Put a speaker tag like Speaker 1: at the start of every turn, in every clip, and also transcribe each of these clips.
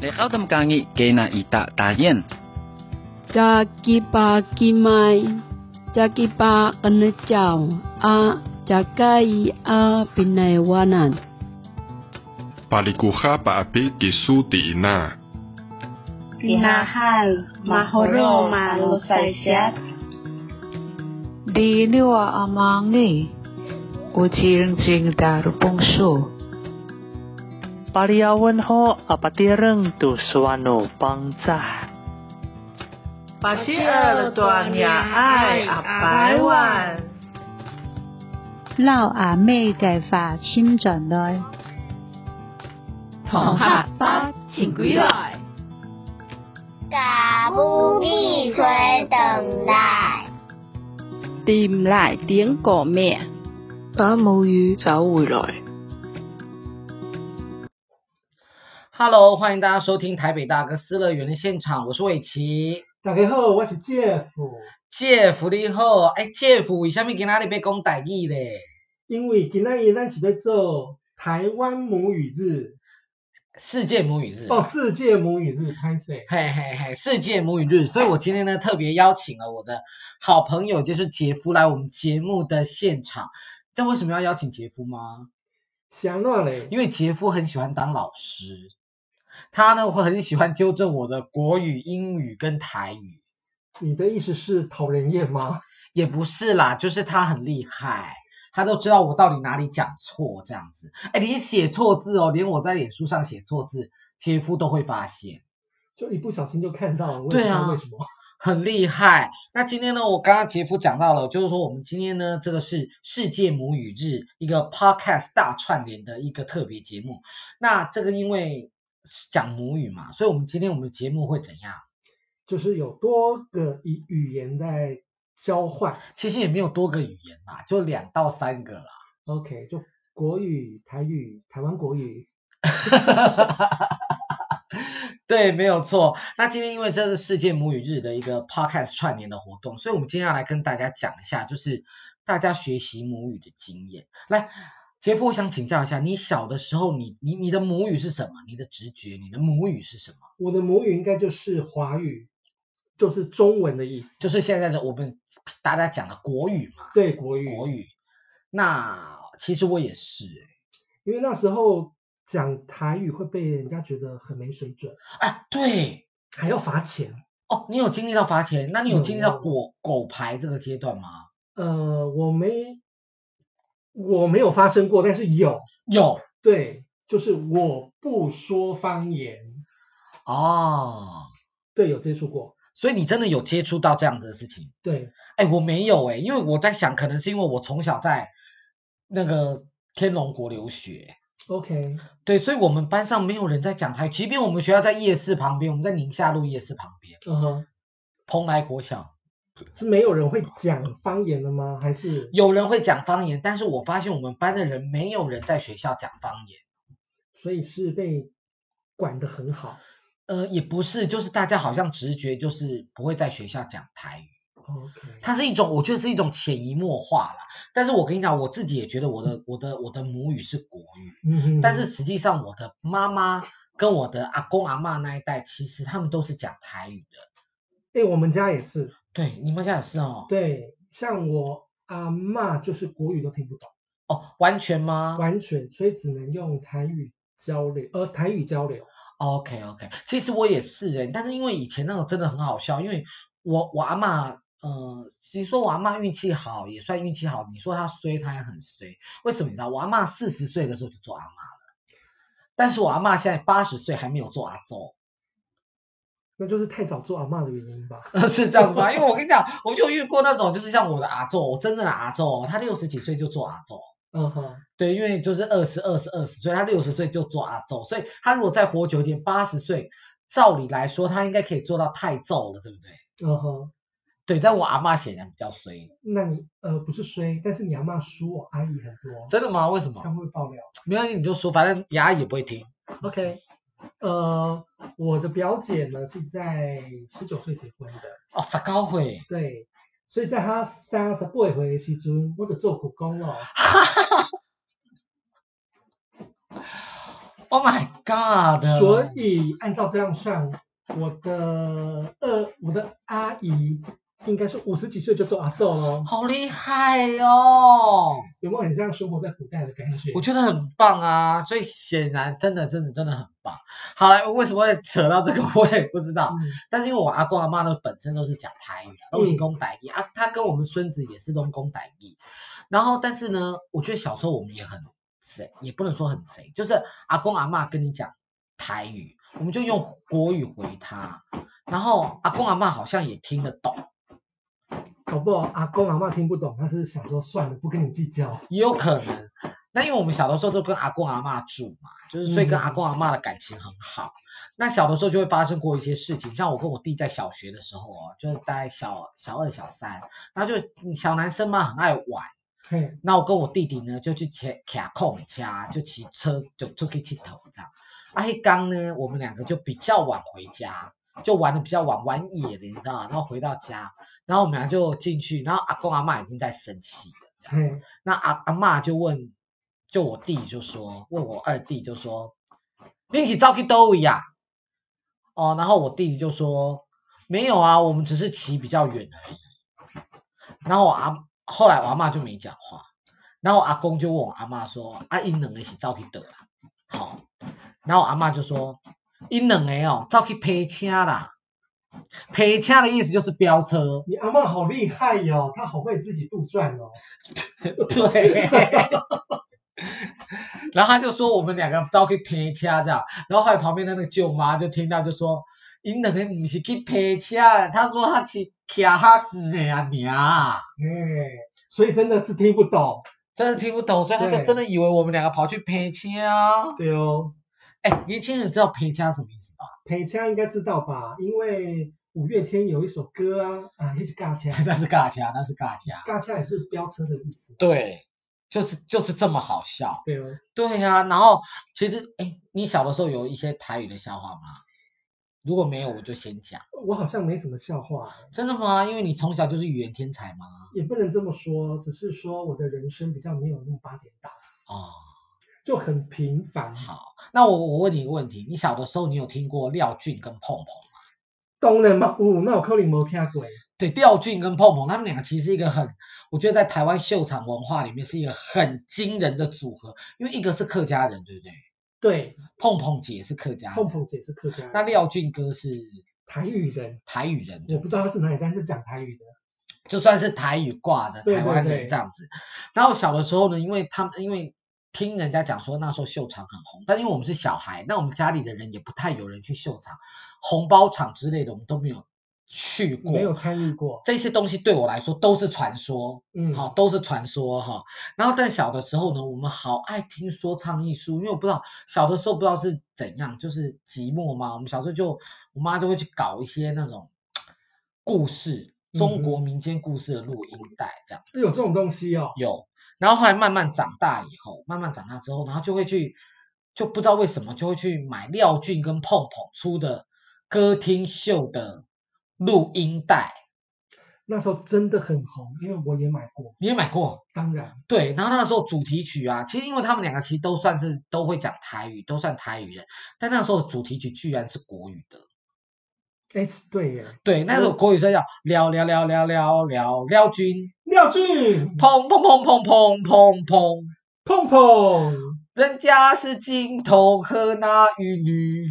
Speaker 1: Dejao tam kangi kena ita tayen.
Speaker 2: Jaki pa kimai, jaki pa kenecau, a jakai a pinaiwanan.
Speaker 3: Palikuha paapi kisu tiina.
Speaker 4: Tinahal, mahoro malusaysat.
Speaker 5: Di niwa amangi. Ujiring jing daru pungsu.
Speaker 6: Pariawan ho apatireng tu suano pangcah.
Speaker 7: Pachial tuanya ai apai wan.
Speaker 8: 撈牙尾嘅化纖進來，
Speaker 9: 堂客不前鬼來，
Speaker 10: cả bu đi chơi tầng lại
Speaker 11: tìm lại tiếng của mẹ，
Speaker 12: 把母語找回來。
Speaker 13: Hello，欢迎大家收听台北大哥私乐园的现场，我是伟奇。
Speaker 14: 大家好，我是 Jeff。
Speaker 13: Jeff 你好，哎，Jeff 为什么今仔日要讲台语咧？
Speaker 14: 因为今仔日咱是要做台湾母语日，
Speaker 13: 世界母语日。啊
Speaker 14: 哦，世界母语日，拍摄。
Speaker 13: 嘿嘿嘿，世界母语日，所以我今天呢特别邀请了我的好朋友，就是杰夫来我们节目的现场。知道为什么要邀请杰夫吗？
Speaker 14: 想哪嘞？
Speaker 13: 因为杰夫很喜欢当老师，他呢会很喜欢纠正我的国语、英语跟台语。
Speaker 14: 你的意思是讨人厌吗？
Speaker 13: 也不是啦，就是他很厉害，他都知道我到底哪里讲错这样子。哎，连写错字哦，连我在脸书上写错字，杰夫都会发现，
Speaker 14: 就一不小心就看到了，我也不
Speaker 13: 对
Speaker 14: 知
Speaker 13: 啊
Speaker 14: 道为什么。
Speaker 13: 很厉害。那今天呢，我刚刚杰夫讲到了，就是说我们今天呢，这个是世界母语日一个 podcast 大串联的一个特别节目。那这个因为是讲母语嘛，所以我们今天我们节目会怎样？
Speaker 14: 就是有多个语语言在交换
Speaker 13: 其实也没有多个语言啦，就两到三个啦。
Speaker 14: ，OK，就国语、台语、台湾国语。
Speaker 13: 对，没有错。那今天因为这是世界母语日的一个 podcast 串联的活动，所以我们今天要来跟大家讲一下，就是大家学习母语的经验。来，杰夫，我想请教一下，你小的时候你，你你的母语是什么？你的直觉，你的母语是什么？
Speaker 14: 我的母语应该就是华语，就是中文的意思。
Speaker 13: 就是现在的我们大家讲的国语嘛，
Speaker 14: 对国语，
Speaker 13: 国语。那其实我也是、欸，
Speaker 14: 因为那时候讲台语会被人家觉得很没水准，
Speaker 13: 哎，对，
Speaker 14: 还要罚钱。
Speaker 13: 哦，你有经历到罚钱，那你有
Speaker 14: 有
Speaker 13: 经历到
Speaker 14: 有
Speaker 13: 狗狗牌这个阶段吗？
Speaker 14: 呃，我没我没有发生过，但是有，
Speaker 13: 有
Speaker 14: 对，就是我不说方言，
Speaker 13: 哦，
Speaker 14: 对，有接触过，
Speaker 13: 所以你真的有接触到这样子的事情？
Speaker 14: 对，
Speaker 13: 哎，我没有哎、因为我在想，可能是因为我从小在那个天龙国留学，
Speaker 14: OK，
Speaker 13: 对，所以我们班上没有人在讲台语，即便我们学校在夜市旁边，我们在宁夏路夜市旁边，
Speaker 14: 嗯哼，
Speaker 13: 蓬莱国小，
Speaker 14: 是没有人会讲方言的吗？还是
Speaker 13: 有人会讲方言，但是我发现我们班的人没有人在学校讲方言，
Speaker 14: 所以是被管得很好？
Speaker 13: 呃，也不是，就是大家好像直觉就是不会在学校讲台语。
Speaker 14: OK，
Speaker 13: 它是一种，我觉得是一种潜移默化啦。但是我跟你讲，我自己也觉得我的我的我的母语是国语，
Speaker 14: 嗯哼，
Speaker 13: 但是实际上我的妈妈跟我的阿公阿嬷那一代，其实他们都是讲台语的。
Speaker 14: 哎，我们家也是，
Speaker 13: 对，你们家也是哦。
Speaker 14: 对，像我阿嬷就是国语都听不懂，
Speaker 13: 哦，完全吗
Speaker 14: 完全，所以只能用台语交流，呃，台语交流，
Speaker 13: ？OK OK，其实我也是诶，但是因为以前那种真的很好笑，因为我我阿嬷，呃，你说我阿嬷运气好也算运气好，你说她衰她也很衰，为什么你知道？我阿嬷四十岁的时候就做阿嬷了，但是我阿嬷现在八十岁还没有做阿周。
Speaker 14: 那就是太早做阿嬷的原因吧？
Speaker 13: 是这样子吗？因为我跟你讲，我就遇过那种，就是像我的阿昼，我真正的阿昼，他六十几岁就做阿昼，
Speaker 14: 嗯哼，
Speaker 13: 对，因为就是二十二十二十岁，他六十岁就做阿昼，所以他如果再活久一点，八十岁，照理来说他应该可以做到太昼了，对不对？
Speaker 14: 嗯哼，
Speaker 13: 对，但我阿嬷显然比较衰，
Speaker 14: 那你呃不是衰，但是你阿嬷输我阿姨很多，
Speaker 13: 真的吗？为什
Speaker 14: 这样
Speaker 13: 么？
Speaker 14: 会爆料。
Speaker 13: 没关系，你就说，反正牙也不会听。
Speaker 14: OK，呃，我的表姐呢是在十九岁结婚的，
Speaker 13: 哦，十九岁，
Speaker 14: 对，所以在她三十八岁的时阵，我就做故宫了。
Speaker 13: Oh my god！
Speaker 14: 所以按照这样算，我的呃，我的阿姨应该是五十几岁就做阿昼喽，
Speaker 13: 好厉害哦！
Speaker 14: 有没有很像生活在古代的感觉？
Speaker 13: 我觉得很棒啊，所以显然真的真的真的很棒。好了，为什么会扯到这个我也不知道，
Speaker 14: 嗯
Speaker 13: 但是因为我阿公阿妈呢本身都是讲台语的，都是公台语啊，他跟我们孙子也是都公台语。然后但是呢，我觉得小时候我们也很贼，也不能说很贼，就是阿公阿妈跟你讲台语，我们就用国语回他，然后阿公阿妈好像也听得懂，
Speaker 14: 搞不好阿公阿妈听不懂，但是想说算了，不跟你计较。
Speaker 13: 也有可能。那因为我们小的时候就跟阿公阿妈住嘛，就是所以跟
Speaker 14: 嗯
Speaker 13: 阿公阿妈的感情很好。那小的时候就会发生过一些事情，像我跟我弟在小学的时候哦，就是大概小小二、小三，然后就小男生嘛很爱玩，
Speaker 14: 嘿，
Speaker 13: 那我跟我弟弟呢，就去骑骑空车，就骑车就出去骑头这样。啊，一刚呢，我们两个就比较晚回家，就玩的比较晚，玩野了，你知道吗？然后回到家，然后我们俩就进去，然后阿公阿妈已经在生气了。这样
Speaker 14: 嘿，
Speaker 13: 那阿阿妈就问，就我弟就说，问我二弟就说，你起早去兜位呀？哦，然后我弟弟就说，没有啊，我们只是骑比较远而已。然后我阿后来我阿妈就没讲话，然后我阿公就问我阿妈说：“啊，因两个是走去倒啦？”好，然后我阿妈就说：“因两个哦，走去陪车啦。陪车的意思就是飙车。
Speaker 14: 你阿妈好厉害哟、她好会自己杜撰哦。”
Speaker 13: 对。然后他就说我们两个走去陪车这样，然后后来旁边的那个舅妈就听到就说：“因两个不是去陪车的，他说他是骑哈远的啊娘。”
Speaker 14: 嘿，所以真的是听不懂。
Speaker 13: 真的听不懂，所以他就
Speaker 14: 对
Speaker 13: 真的以为我们两个跑去陪啊。
Speaker 14: 对哦，
Speaker 13: 哎，年轻人知道陪家什么意思吧？
Speaker 14: 裴腔应该知道吧？因为五月天有一首歌啊，啊，也是尬 腔，
Speaker 13: 那是尬家，那是尬家。
Speaker 14: 尬腔也是飙车的意思。
Speaker 13: 对，就是就是这么好笑。
Speaker 14: 对哦，
Speaker 13: 对呀、然后其实哎，你小的时候有一些台语的笑话吗？如果没有，我就先讲。
Speaker 14: 我好像没什么笑话，
Speaker 13: 真的吗？因为你从小就是语言天才吗？
Speaker 14: 也不能这么说，只是说我的人生比较没有那么八点档，
Speaker 13: 哦，
Speaker 14: 就很平凡。
Speaker 13: 好，那我我问你一个问题，你小的时候你有听过廖俊跟碰碰吗？
Speaker 14: 当然嘛，有那我可能没听过。
Speaker 13: 对，廖俊跟碰碰他们两个其实是一个很，我觉得在台湾秀场文化里面是一个很惊人的组合，因为一个是客家人，对不对？
Speaker 14: 对，
Speaker 13: 碰碰姐是客家人，
Speaker 14: 碰碰姐是客家人，
Speaker 13: 那廖俊哥是
Speaker 14: 台语人，
Speaker 13: 台语人，
Speaker 14: 我不知道他是哪里，但是讲台语的。
Speaker 13: 就算是台语挂的
Speaker 14: 对
Speaker 13: 台湾
Speaker 14: 对
Speaker 13: 人
Speaker 14: 对
Speaker 13: 这样子。然后小的时候呢，因为他们因为听人家讲说那时候秀场很红，但因为我们是小孩，那我们家里的人也不太有人去秀场，红包场之类的我们都没有去过，
Speaker 14: 没有参与过
Speaker 13: 这些东西对我来说都是传说，
Speaker 14: 嗯
Speaker 13: 好，都是传说哈。然后但小的时候呢，我们好爱听说唱艺术，因为我不知道小的时候不知道是怎样，就是寂寞嘛。我们小时候就我妈就会去搞一些那种故事，中国民间故事的录音带这样。
Speaker 14: 有这种东西哦，
Speaker 13: 有，然后后来慢慢长大以后，慢慢长大之后，然后就会去，就不知道为什么就会去买廖俊跟碰碰出的歌厅秀的录音带，
Speaker 14: 那时候真的很红，因为我也买过。
Speaker 13: 你也买过？
Speaker 14: 当然，
Speaker 13: 对，然后那个时候主题曲啊，其实因为他们两个其实都算是都会讲台语，都算台语人，但那时候主题曲居然是国语的。
Speaker 14: 哎，对耶，
Speaker 13: 对，那首国语是叫聊聊聊聊聊聊廖军，
Speaker 14: 廖俊、
Speaker 13: 砰砰砰砰砰砰砰，
Speaker 14: 碰碰，
Speaker 13: 人家是金童和那玉女。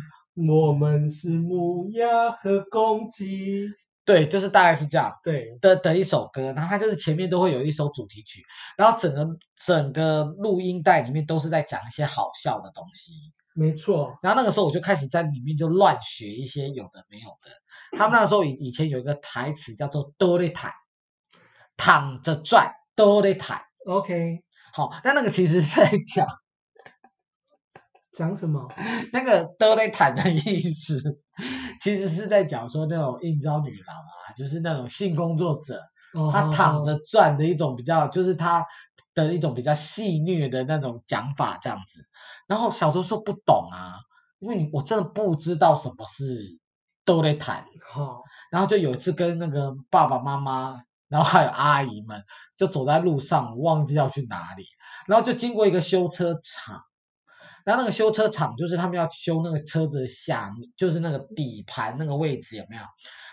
Speaker 14: 我们是母鸭和公鸡。
Speaker 13: 对，就是大概是这样
Speaker 14: 对，
Speaker 13: 的的一首歌，然后它就是前面都会有一首主题曲，然后整个整个录音带里面都是在讲一些好笑的东西，
Speaker 14: 没错，
Speaker 13: 然后那个时候我就开始在里面就乱学一些有的没有的，他们那个时候以以前有一个台词叫做多利坦，躺着赚多利坦，
Speaker 14: OK，
Speaker 13: 好，那那个其实是在讲
Speaker 14: 讲什么？
Speaker 13: 那个德雷坦的意思，其实是在讲说那种应招女郎啊，就是那种性工作者，
Speaker 14: 哦
Speaker 13: 她躺
Speaker 14: 好
Speaker 13: 着赚的一种比较，就是她的一种比较戏谑的那种讲法这样子。然后小时候说不懂啊，因为你我真的不知道什么是德雷坦。
Speaker 14: 好，
Speaker 13: 然后就有一次跟那个爸爸妈妈，然后还有阿姨们，就走在路上，我忘记要去哪里，然后就经过一个修车厂，然后那个修车厂就是他们要修那个车子的下面，就是那个底盘那个位置有没有？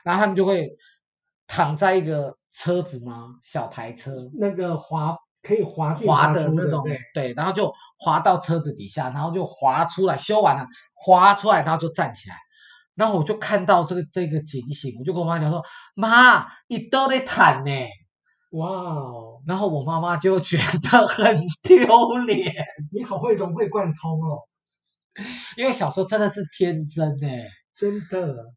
Speaker 13: 然后他们就会躺在一个车子吗？小台车
Speaker 14: 那个滑可以滑进
Speaker 13: 滑
Speaker 14: 的
Speaker 13: 那种，
Speaker 14: 对,
Speaker 13: 对，然后就滑到车子底下，然后就滑出来，修完了滑出来，然后就站起来。然后我就看到这个这个情形，我就跟我妈讲说：“妈，你都在坦呢。”
Speaker 14: 哇哦！
Speaker 13: 然后我妈妈就觉得很丢脸。
Speaker 14: 你好会融会贯通哦，
Speaker 13: 因为小时候真的是天真哎、欸，
Speaker 14: 真的，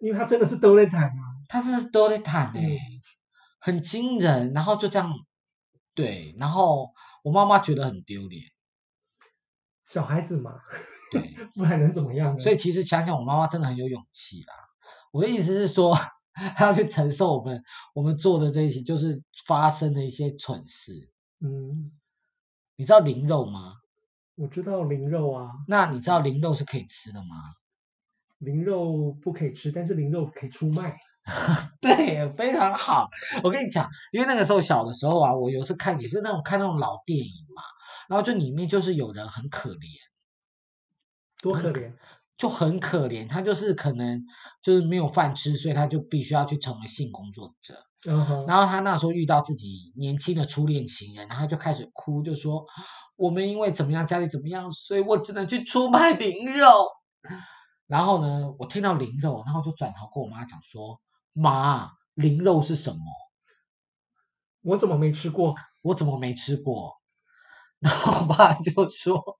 Speaker 14: 因为他真的是都在坦啊，
Speaker 13: 他真的是都在坦哎、
Speaker 14: 嗯
Speaker 13: 欸，很惊人。然后就这样，对，然后我妈妈觉得很丢脸。
Speaker 14: 小孩子嘛，
Speaker 13: 对，
Speaker 14: 不然能怎么样呢？
Speaker 13: 所以其实想想，我妈妈真的很有勇气啦。我的意思是说。他要去承受我们我们做的这些，就是发生的一些蠢事。
Speaker 14: 嗯，
Speaker 13: 你知道灵肉吗？
Speaker 14: 我知道灵肉啊。
Speaker 13: 那你知道灵肉是可以吃的吗？
Speaker 14: 灵肉不可以吃，但是灵肉可以出卖。
Speaker 13: 对，非常好。我跟你讲，因为那个时候小的时候啊，我有次看也是那种看那种老电影嘛，然后就里面就是有人很可怜，
Speaker 14: 多可怜。
Speaker 13: 就很可怜，他就是可能就是没有饭吃，所以他就必须要去成为性工作者。
Speaker 14: Uh huh.
Speaker 13: 嗯然后他那时候遇到自己年轻的初恋情人，然后就开始哭，就说我们因为怎么样，家里怎么样，所以我只能去出卖灵肉。 然后呢，我听到灵肉，然后就转头跟我妈讲说：“妈，灵肉是什么？
Speaker 14: 我怎么没吃过？
Speaker 13: 我怎么没吃过？” 然后我爸就说。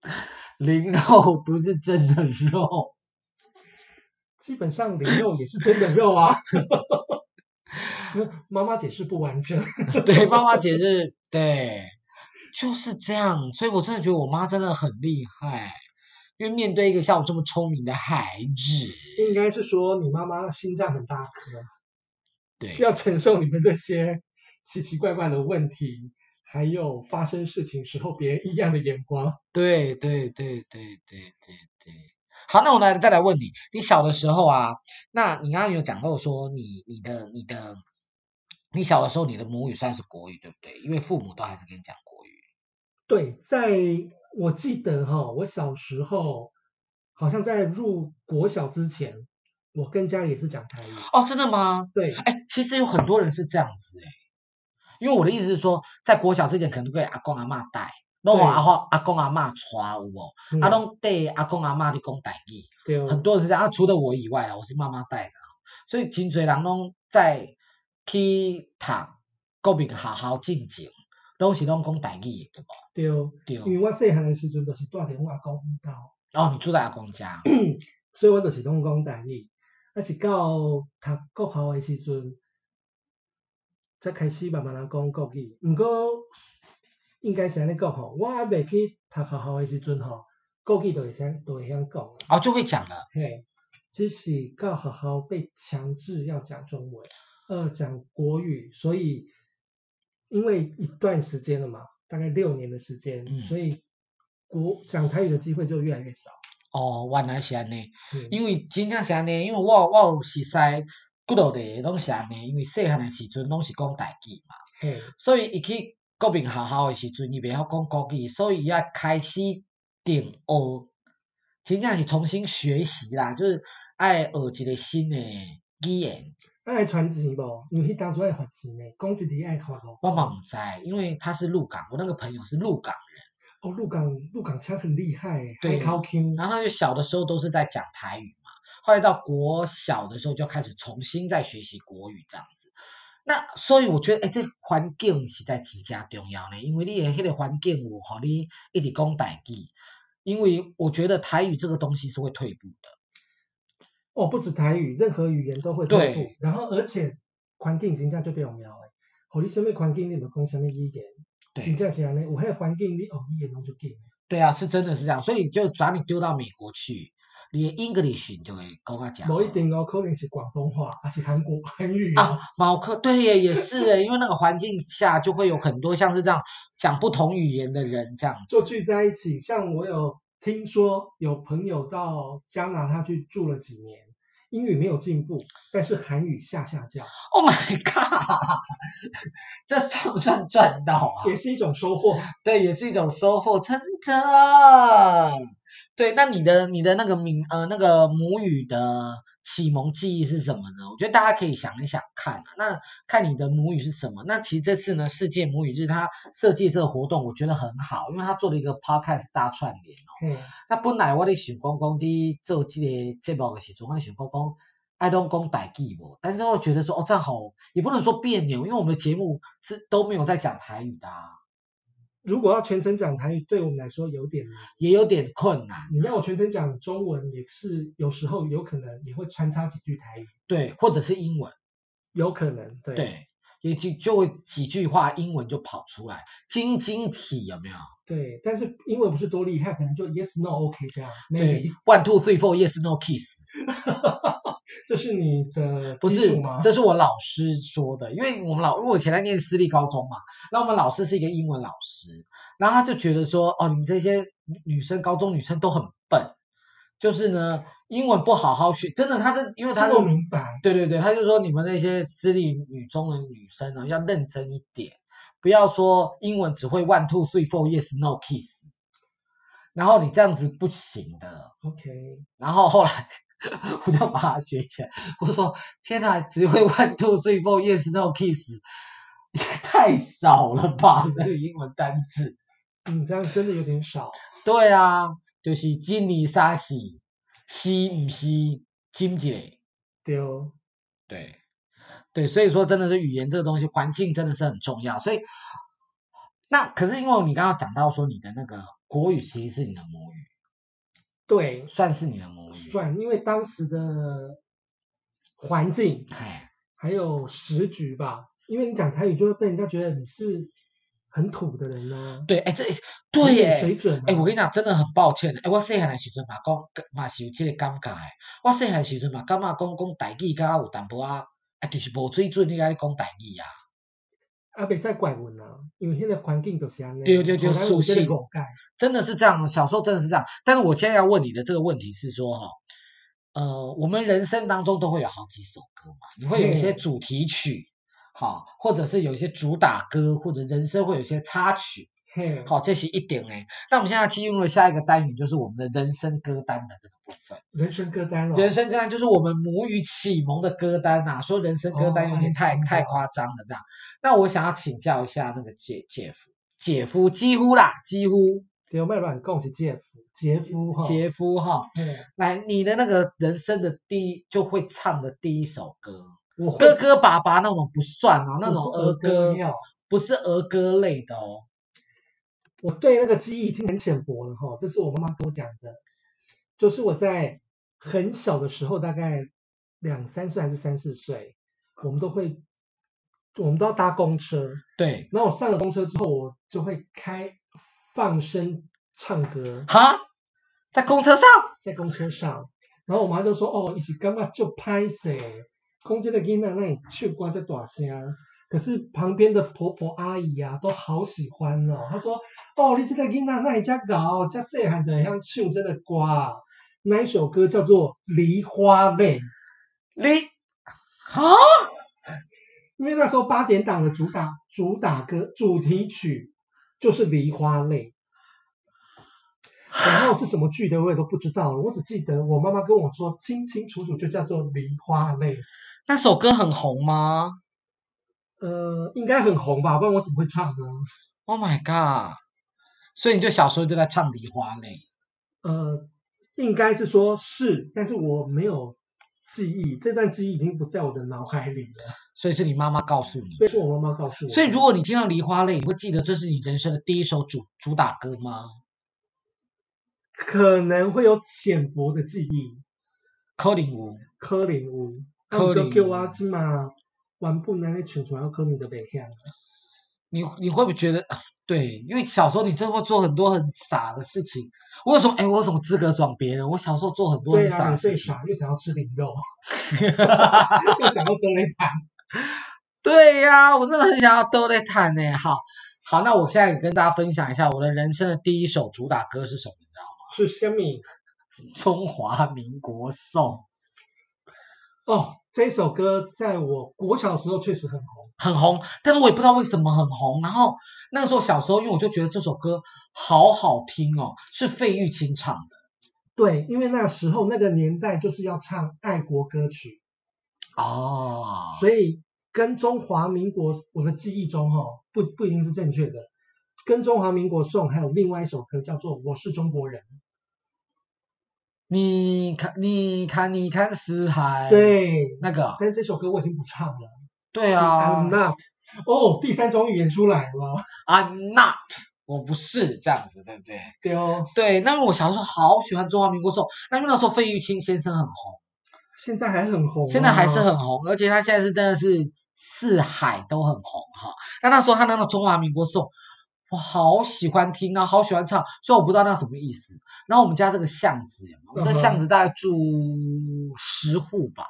Speaker 13: 灵肉不是真的肉，
Speaker 14: 基本上灵肉也是真的肉啊。 嗯妈妈解释不完整，
Speaker 13: 对，妈妈解释对，就是这样。所以我真的觉得我妈真的很厉害，因为面对一个像我这么聪明的孩子，
Speaker 14: 应该是说你妈妈心脏很大颗，
Speaker 13: 对，
Speaker 14: 要承受你们这些奇奇怪怪的问题。还有发生事情时候别人异样的眼光，
Speaker 13: 对对对对对对对。好，那我来再来问你，你小的时候啊，那你刚刚有讲到说你你的你的，你小的时候你的母语算是国语对不对？因为父母都还是跟你讲国语。
Speaker 14: 对，在我记得哈、哦，我小时候好像在入国小之前，我跟家里也是讲台语。
Speaker 13: 哦，真的吗？
Speaker 14: 对，
Speaker 13: 哎，其实有很多人是这样子哎。因为我的意思是说，在国小之前可能都给阿公阿妈带，拢我阿阿公阿妈带有无？
Speaker 14: 嗯
Speaker 13: 啊，拢对阿公阿妈的讲台语，
Speaker 14: 对
Speaker 13: 很多人是这样。啊，除了我以外啊，我是妈妈带的，所以真侪人拢在去读国民学校进前，拢是拢讲台语的，
Speaker 14: 对
Speaker 13: 无？对对。
Speaker 14: 因为我细汉的时阵，就是住伫我阿公家。
Speaker 13: 哦，你住在阿公家
Speaker 14: 嗯所以我就是拢讲台语。啊，是到读国校的时阵。才开始慢慢仔讲国语，毋过应该是安尼讲吼，我还未去读学校诶时阵吼，国语都会晓，都会晓讲。
Speaker 13: 哦，就会讲了。
Speaker 14: 嘿，只是到学校被强制要讲中文，呃，讲国语，所以因为一段时间了嘛，大概六年的时间，
Speaker 13: 嗯、
Speaker 14: 所以国讲台语的机会就越来越少。
Speaker 13: 哦，原来是安尼，嗯、因为真正是安尼，因为我我有实在。几落个拢是安尼，因为细汉诶时阵拢是讲台语嘛，所以伊去国民学校诶时阵，伊袂晓讲国语，所以伊啊开始定学，真正是重新学习啦，就是爱学一个新诶语言。
Speaker 14: 爱传钱无？因为迄当初爱罚钱诶，讲一个爱罚无？
Speaker 13: 我嘛毋知，因为他是鹿港，我那个朋友是鹿港人。
Speaker 14: 哦，鹿港鹿港腔很厉害，
Speaker 13: 对。
Speaker 14: 考 Q。
Speaker 13: 然后他就小的时候都是在讲台语。后来到国小的时候就开始重新在学习国语这样子，那所以我觉得，哎、欸，这环境实在是加重要呢，因为你的迄个环境有互你一直讲台语，因为我觉得台语这个东西是会退步的。
Speaker 14: 哦，不止台语，任何语言都会退步。然后而且环境真正最重要诶，哎互你什么环境你就讲什么语言，真正是安尼，有迄个环境你学语言拢就紧。
Speaker 13: 对啊，是真的是这样，所以就把你丢到美国去。你的 English 就会讲啊讲，
Speaker 14: 无一定哦，可能是广东话，还是韩国韩语哦
Speaker 13: 啊。毛克、啊、对耶，也是耶，因为那个环境下就会有很多像是这样讲不同语言的人这样
Speaker 14: 就聚在一起。像我有听说有朋友到加拿大去住了几年，英语没有进步，但是韩语下下降。
Speaker 13: Oh my god！这算不算赚到啊？
Speaker 14: 也是一种收获。
Speaker 13: 对，也是一种收获，真的。对，那你的你的那个名呃那个母语的启蒙记忆是什么呢？我觉得大家可以想一想看、啊，那看你的母语是什么。那其实这次呢，世界母语日它设计这个活动，我觉得很好，因为它做了一个 podcast 大串联哦。嗯。那本来我咧想讲讲伫做这个节目的时候，我咧想讲讲爱拢讲台语无，但是我觉得说哦这样好，也不能说别扭，因为我们的节目是都没有在讲台语的、啊。
Speaker 14: 如果要全程讲台语，对我们来说有点难，
Speaker 13: 也有点困难。
Speaker 14: 你要我全程讲中文，也是有时候有可能也会穿插几句台语，
Speaker 13: 对，或者是英文，
Speaker 14: 有可能，对，
Speaker 13: 对，也就就会几句话英文就跑出来，晶晶体有没有？
Speaker 14: 对，但是英文不是多厉害，可能就 yes no OK 这样，maybe
Speaker 13: one two three four yes no kiss。
Speaker 14: 这是你的
Speaker 13: 不是
Speaker 14: 吗？
Speaker 13: 这是我老师说的，因为我们老，因为我前在念私立高中嘛，那我们老师是一个英文老师，然后他就觉得说，哦，你们这些女生，高中女生都很笨，就是呢，英文不好好学，真的，他是因为他
Speaker 14: 不明白，
Speaker 13: 对对对，他就说你们那些私立女中的女生哦呢，要认真一点，不要说英文只会 one two three four yes no kiss，然后你这样子不行的
Speaker 14: ，OK，
Speaker 13: 然后后来。我就把它学起来。我说：“天哪，只会 one two three four yes no kiss，也太少了吧？那个英文单词，
Speaker 14: 嗯，这样真的有点少。”
Speaker 13: 对啊，就是金尼沙喜，西唔西金姐。
Speaker 14: 对哦，
Speaker 13: 对对，所以说真的是语言这个东西，环境真的是很重要。所以那可是因为你刚刚讲到说你的那个国语其实是你的母语。
Speaker 14: 对，
Speaker 13: 算是你的母语。
Speaker 14: 算，因为当时的环境，还有时局吧。因为你讲台语，就会被人家觉得你是很土的人呢、啊。
Speaker 13: 对，哎，这对耶，
Speaker 14: 水准、啊。
Speaker 13: 哎，我跟你讲，真的很抱歉。哎，我细汉的时阵嘛讲，嘛是有这个感觉的。我细汉时阵嘛，感觉讲讲台语，敢有淡薄啊，啊，就是无水准，你敢讲台语啊。
Speaker 14: 啊，袂使怪阮啊，因为迄个环境就是安尼。
Speaker 13: 对对对，属性真的是这样，小时候真的是这样。但是我现在要问你的这个问题是说哈，呃，我们人生当中都会有好几首歌嘛，你会有一些主题曲，好，或者是有一些主打歌，或者人生会有一些插曲，好，这是一点诶。那我们现在进入了下一个单元，就是我们的人生歌单的这个部分。
Speaker 14: 人生歌单哦。
Speaker 13: 人生歌单就是我们母语启蒙的歌单啊，说人生歌单有点太、哦、太夸张了这样。那我想要请教一下那个姐姐夫，姐夫几乎啦，几乎。
Speaker 14: 对，麦乱讲是姐夫，杰夫哈。
Speaker 13: 杰夫哈。嗯。来，你的那个人生的第一就会唱的第一首歌，
Speaker 14: 我
Speaker 13: 哥哥爸爸那种不算哦，那种
Speaker 14: 儿
Speaker 13: 歌，不是儿歌类的哦。
Speaker 14: 我对那个记忆已经很浅薄了哈，这是我妈妈跟我讲的，就是我在很小的时候，大概两三岁还是三四岁，我们都会。我们都要搭公车，
Speaker 13: 对。
Speaker 14: 然后我上了公车之后，我就会开放声唱歌。
Speaker 13: 哈，在公车上，
Speaker 14: 在公车上。然后我妈就说：“哦，一起干嘛就拍谁？公车的囡仔那里去关在大声。”可是旁边的婆婆阿姨啊，都好喜欢哦。她说：“哦，你这个囡仔那里家搞，家细汉的像唱这个歌，那一首歌叫做《梨花泪》。”
Speaker 13: 梨啊？
Speaker 14: 因为那时候八点档的主打主打歌主题曲就是《梨花泪》，然后是什么剧的我也都不知道了，我只记得我妈妈跟我说清清楚楚就叫做《梨花泪》。
Speaker 13: 那首歌很红吗？
Speaker 14: 呃，应该很红吧，不然我怎么会唱呢
Speaker 13: ？Oh my god！所以你就小时候就在唱《梨花泪》？
Speaker 14: 呃，应该是说是，但是我没有。记忆这段记忆已经不在我的脑海里了，
Speaker 13: 所以是你妈妈告诉你，
Speaker 14: 这是我妈妈告诉我。
Speaker 13: 所以如果你听到《梨花泪》，你会记得这是你人生的第一首主主打歌吗？
Speaker 14: 可能会有浅薄的记忆。
Speaker 13: 柯林舞，
Speaker 14: 柯林舞，柯林叫我啊今嘛完不能的唱出来，柯林的北向。
Speaker 13: 你你会不会觉得对？因为小时候你真的会做很多很傻的事情。我有什么哎，我有什么资格爽别人？我小时候做很多很傻的事情。
Speaker 14: 对啊，又想要吃零 肉，又想要得雷坦。
Speaker 13: 对呀、啊，我真的很想要得雷坦呢。好，好，那我现在跟大家分享一下我的人生的第一首主打歌是什么，你知道吗？
Speaker 14: 是《虾米
Speaker 13: 中华民国颂》。
Speaker 14: 哦，这首歌在我国小的时候确实很红，
Speaker 13: 很红，但是我也不知道为什么很红。然后那个时候小时候，因为我就觉得这首歌好好听哦，是费玉清唱的。
Speaker 14: 对，因为那时候那个年代就是要唱爱国歌曲
Speaker 13: 哦，
Speaker 14: 所以跟中华民国，我的记忆中哈、哦，不不一定是正确的。跟中华民国颂还有另外一首歌叫做《我是中国人》。
Speaker 13: 你看，你看，你看死海，
Speaker 14: 对，
Speaker 13: 那个，
Speaker 14: 但这首歌我已经不唱了。
Speaker 13: 对啊
Speaker 14: I'm not。哦，第三种语言出来了。
Speaker 13: I'm not，我不是这样子，对不对？
Speaker 14: 对哦，
Speaker 13: 对，那我小时候好喜欢中华民国颂，那因为那时候费玉清先生很红，
Speaker 14: 现在还很红、啊。
Speaker 13: 现在还是很红，而且他现在是真的是四海都很红哈。那那时候他那个中华民国颂。我好喜欢听啊，好喜欢唱，虽然我不知道那什么意思。然后我们家这个巷子有没有，
Speaker 14: 嗯
Speaker 13: 我们这巷子大概住十户吧，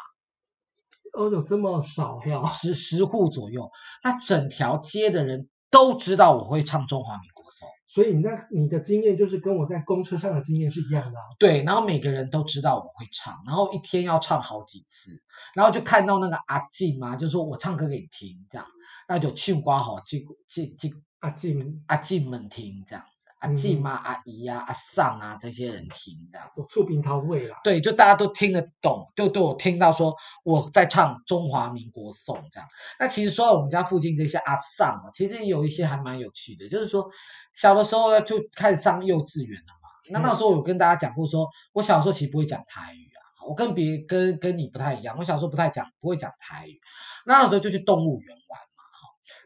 Speaker 14: 哦，有这么少呀？
Speaker 13: 十十户左右。那整条街的人都知道我会唱中华民国颂，
Speaker 14: 所以你那你的经验就是跟我在公车上的经验是一样的、啊。
Speaker 13: 对，然后每个人都知道我会唱，然后一天要唱好几次，然后就看到那个阿静嘛，就说我唱歌给你听这样，那就去刮好进进进。
Speaker 14: 阿静，
Speaker 13: 阿静们听这样子，阿静啊、阿姨啊、阿尚啊这些人听这样，
Speaker 14: 有触屏桃味啦。
Speaker 13: 对，就大家都听得懂，就都有听到说我在唱中华民国颂这样。那其实说到我们家附近这些阿尚啊，其实有一些还蛮有趣的，就是说小的时候就开始上幼稚园了嘛。那那时候有跟大家讲过说，说我小时候其实不会讲台语啊，我跟别跟跟你不太一样，我小时候不太讲不会讲台语。那时候就去动物园玩。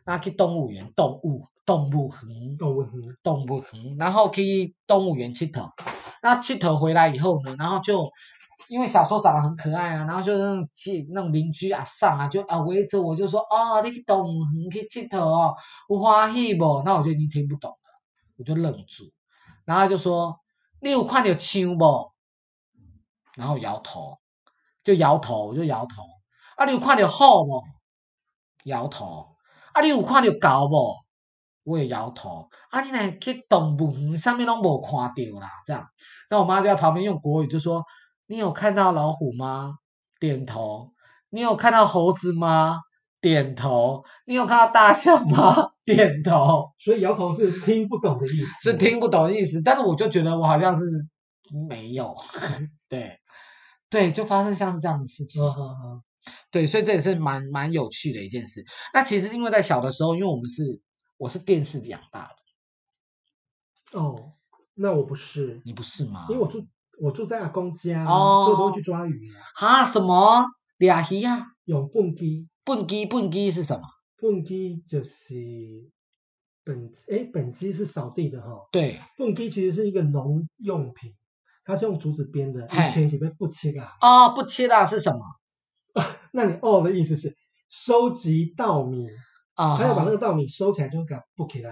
Speaker 13: 那去动物园、动物、动物园、
Speaker 14: 动物园、
Speaker 13: 动物园，然后去动物园剃头。那剃头回来以后呢，然后就因为小时候长得很可爱啊，然后就那种邻那种邻居啊上啊就啊围着我就说哦，你去动物园去剃头哦，有欢喜不？那我就已经听不懂了，我就愣住，然后就说你有看到枪不？然后摇头，就摇头，我就摇头。啊，你有看到虎不？摇头。啊，你有看到狗无？我也摇头。啊，你来去动物园，上面拢无看到啦，这样。那我妈就在旁边用国语就说：“你有看到老虎吗？”点头。你有看到猴子吗？点头。你有看到大象吗？点头。
Speaker 14: 所以摇头是听不懂的意 思。
Speaker 13: 是听不懂的意思，但是我就觉得我好像是没有。对，对，就发生像是这样的事情。
Speaker 14: 嗯嗯嗯
Speaker 13: 对，所以这也是蛮蛮有趣的一件事。那其实因为在小的时候，因为我们是我是电视养大
Speaker 14: 的。哦，那我不是。
Speaker 13: 你不是吗？
Speaker 14: 因为我住我住在阿公家，啊
Speaker 13: 哦、
Speaker 14: 所以我都会去抓鱼啊。
Speaker 13: 啊？什么？俩鱼啊？
Speaker 14: 用蹦鸡。
Speaker 13: 蹦鸡蹦鸡是什么？
Speaker 14: 蹦鸡就是本哎本鸡是扫地的哈、哦。
Speaker 13: 对。
Speaker 14: 蹦鸡其实是一个农用品，它是用竹子编的，以前是被不切啊。
Speaker 13: 哦，不切啊是什么？
Speaker 14: 那你哦的意思是收集稻米
Speaker 13: 啊，
Speaker 14: 他要把那个稻米收起来，就给它布起来。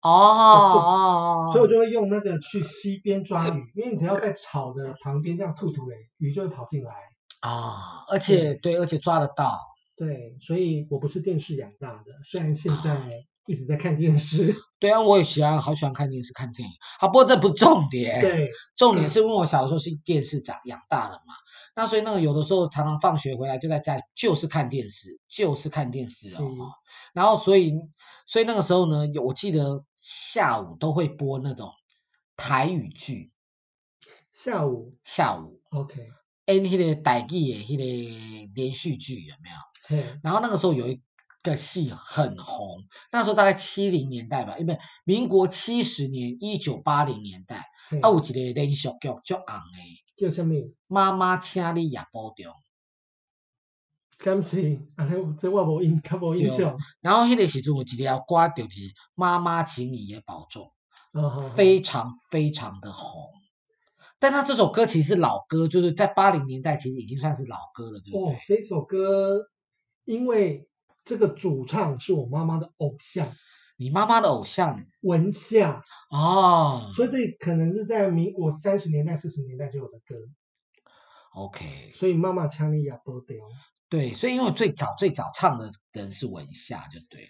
Speaker 13: 哦哦
Speaker 14: 哦，所以我就会用那个去溪边抓鱼，因为你只要在草的旁边这样吐吐哎，鱼就会跑进来。
Speaker 13: 啊，而
Speaker 14: 嗯
Speaker 13: 且对，而且抓得到。
Speaker 14: 对，所以我不是电视养大的，虽然现
Speaker 13: 哦
Speaker 14: 在一直在看电视。
Speaker 13: 对啊，我也喜欢，好喜欢看电视、看电影。啊，不过这不重点，
Speaker 14: 对，
Speaker 13: 重点是问我小时候是电视长养大的嘛。那所以那个有的时候常常放学回来就在家，就是看电视，就是看电视哦。然后所以所以那个时候呢，有我记得下午都会播那种台语剧。
Speaker 14: 下午。
Speaker 13: 下午。
Speaker 14: OK。
Speaker 13: 哎，那个台语的那个连续剧有没有？然后那个时候有一个戏很红，那时候大概七零年代吧，因为民国七十年，一九八零年代，啊有一个连续剧叫红的。
Speaker 14: 叫什么？
Speaker 13: 妈妈，请你也保重。
Speaker 14: 敢是，安尼啊这我无印，较无印象。
Speaker 13: 然后迄个时阵有一条歌就是“妈妈，请你也保重”，
Speaker 14: 哦、
Speaker 13: 非常非常的红。但他这首歌其实老歌，就是在八零年代其实已经算是老歌了，对不对？
Speaker 14: 哦，这首歌因为这个主唱是我妈妈的偶像。
Speaker 13: 你妈妈的偶像
Speaker 14: 文夏
Speaker 13: 哦，
Speaker 14: 所以这可能是在民国三十年代、四十年代就有的歌。
Speaker 13: OK，
Speaker 14: 所以妈妈腔里也啊不掉。
Speaker 13: 对，所以因为最早最早唱的人是文夏，就对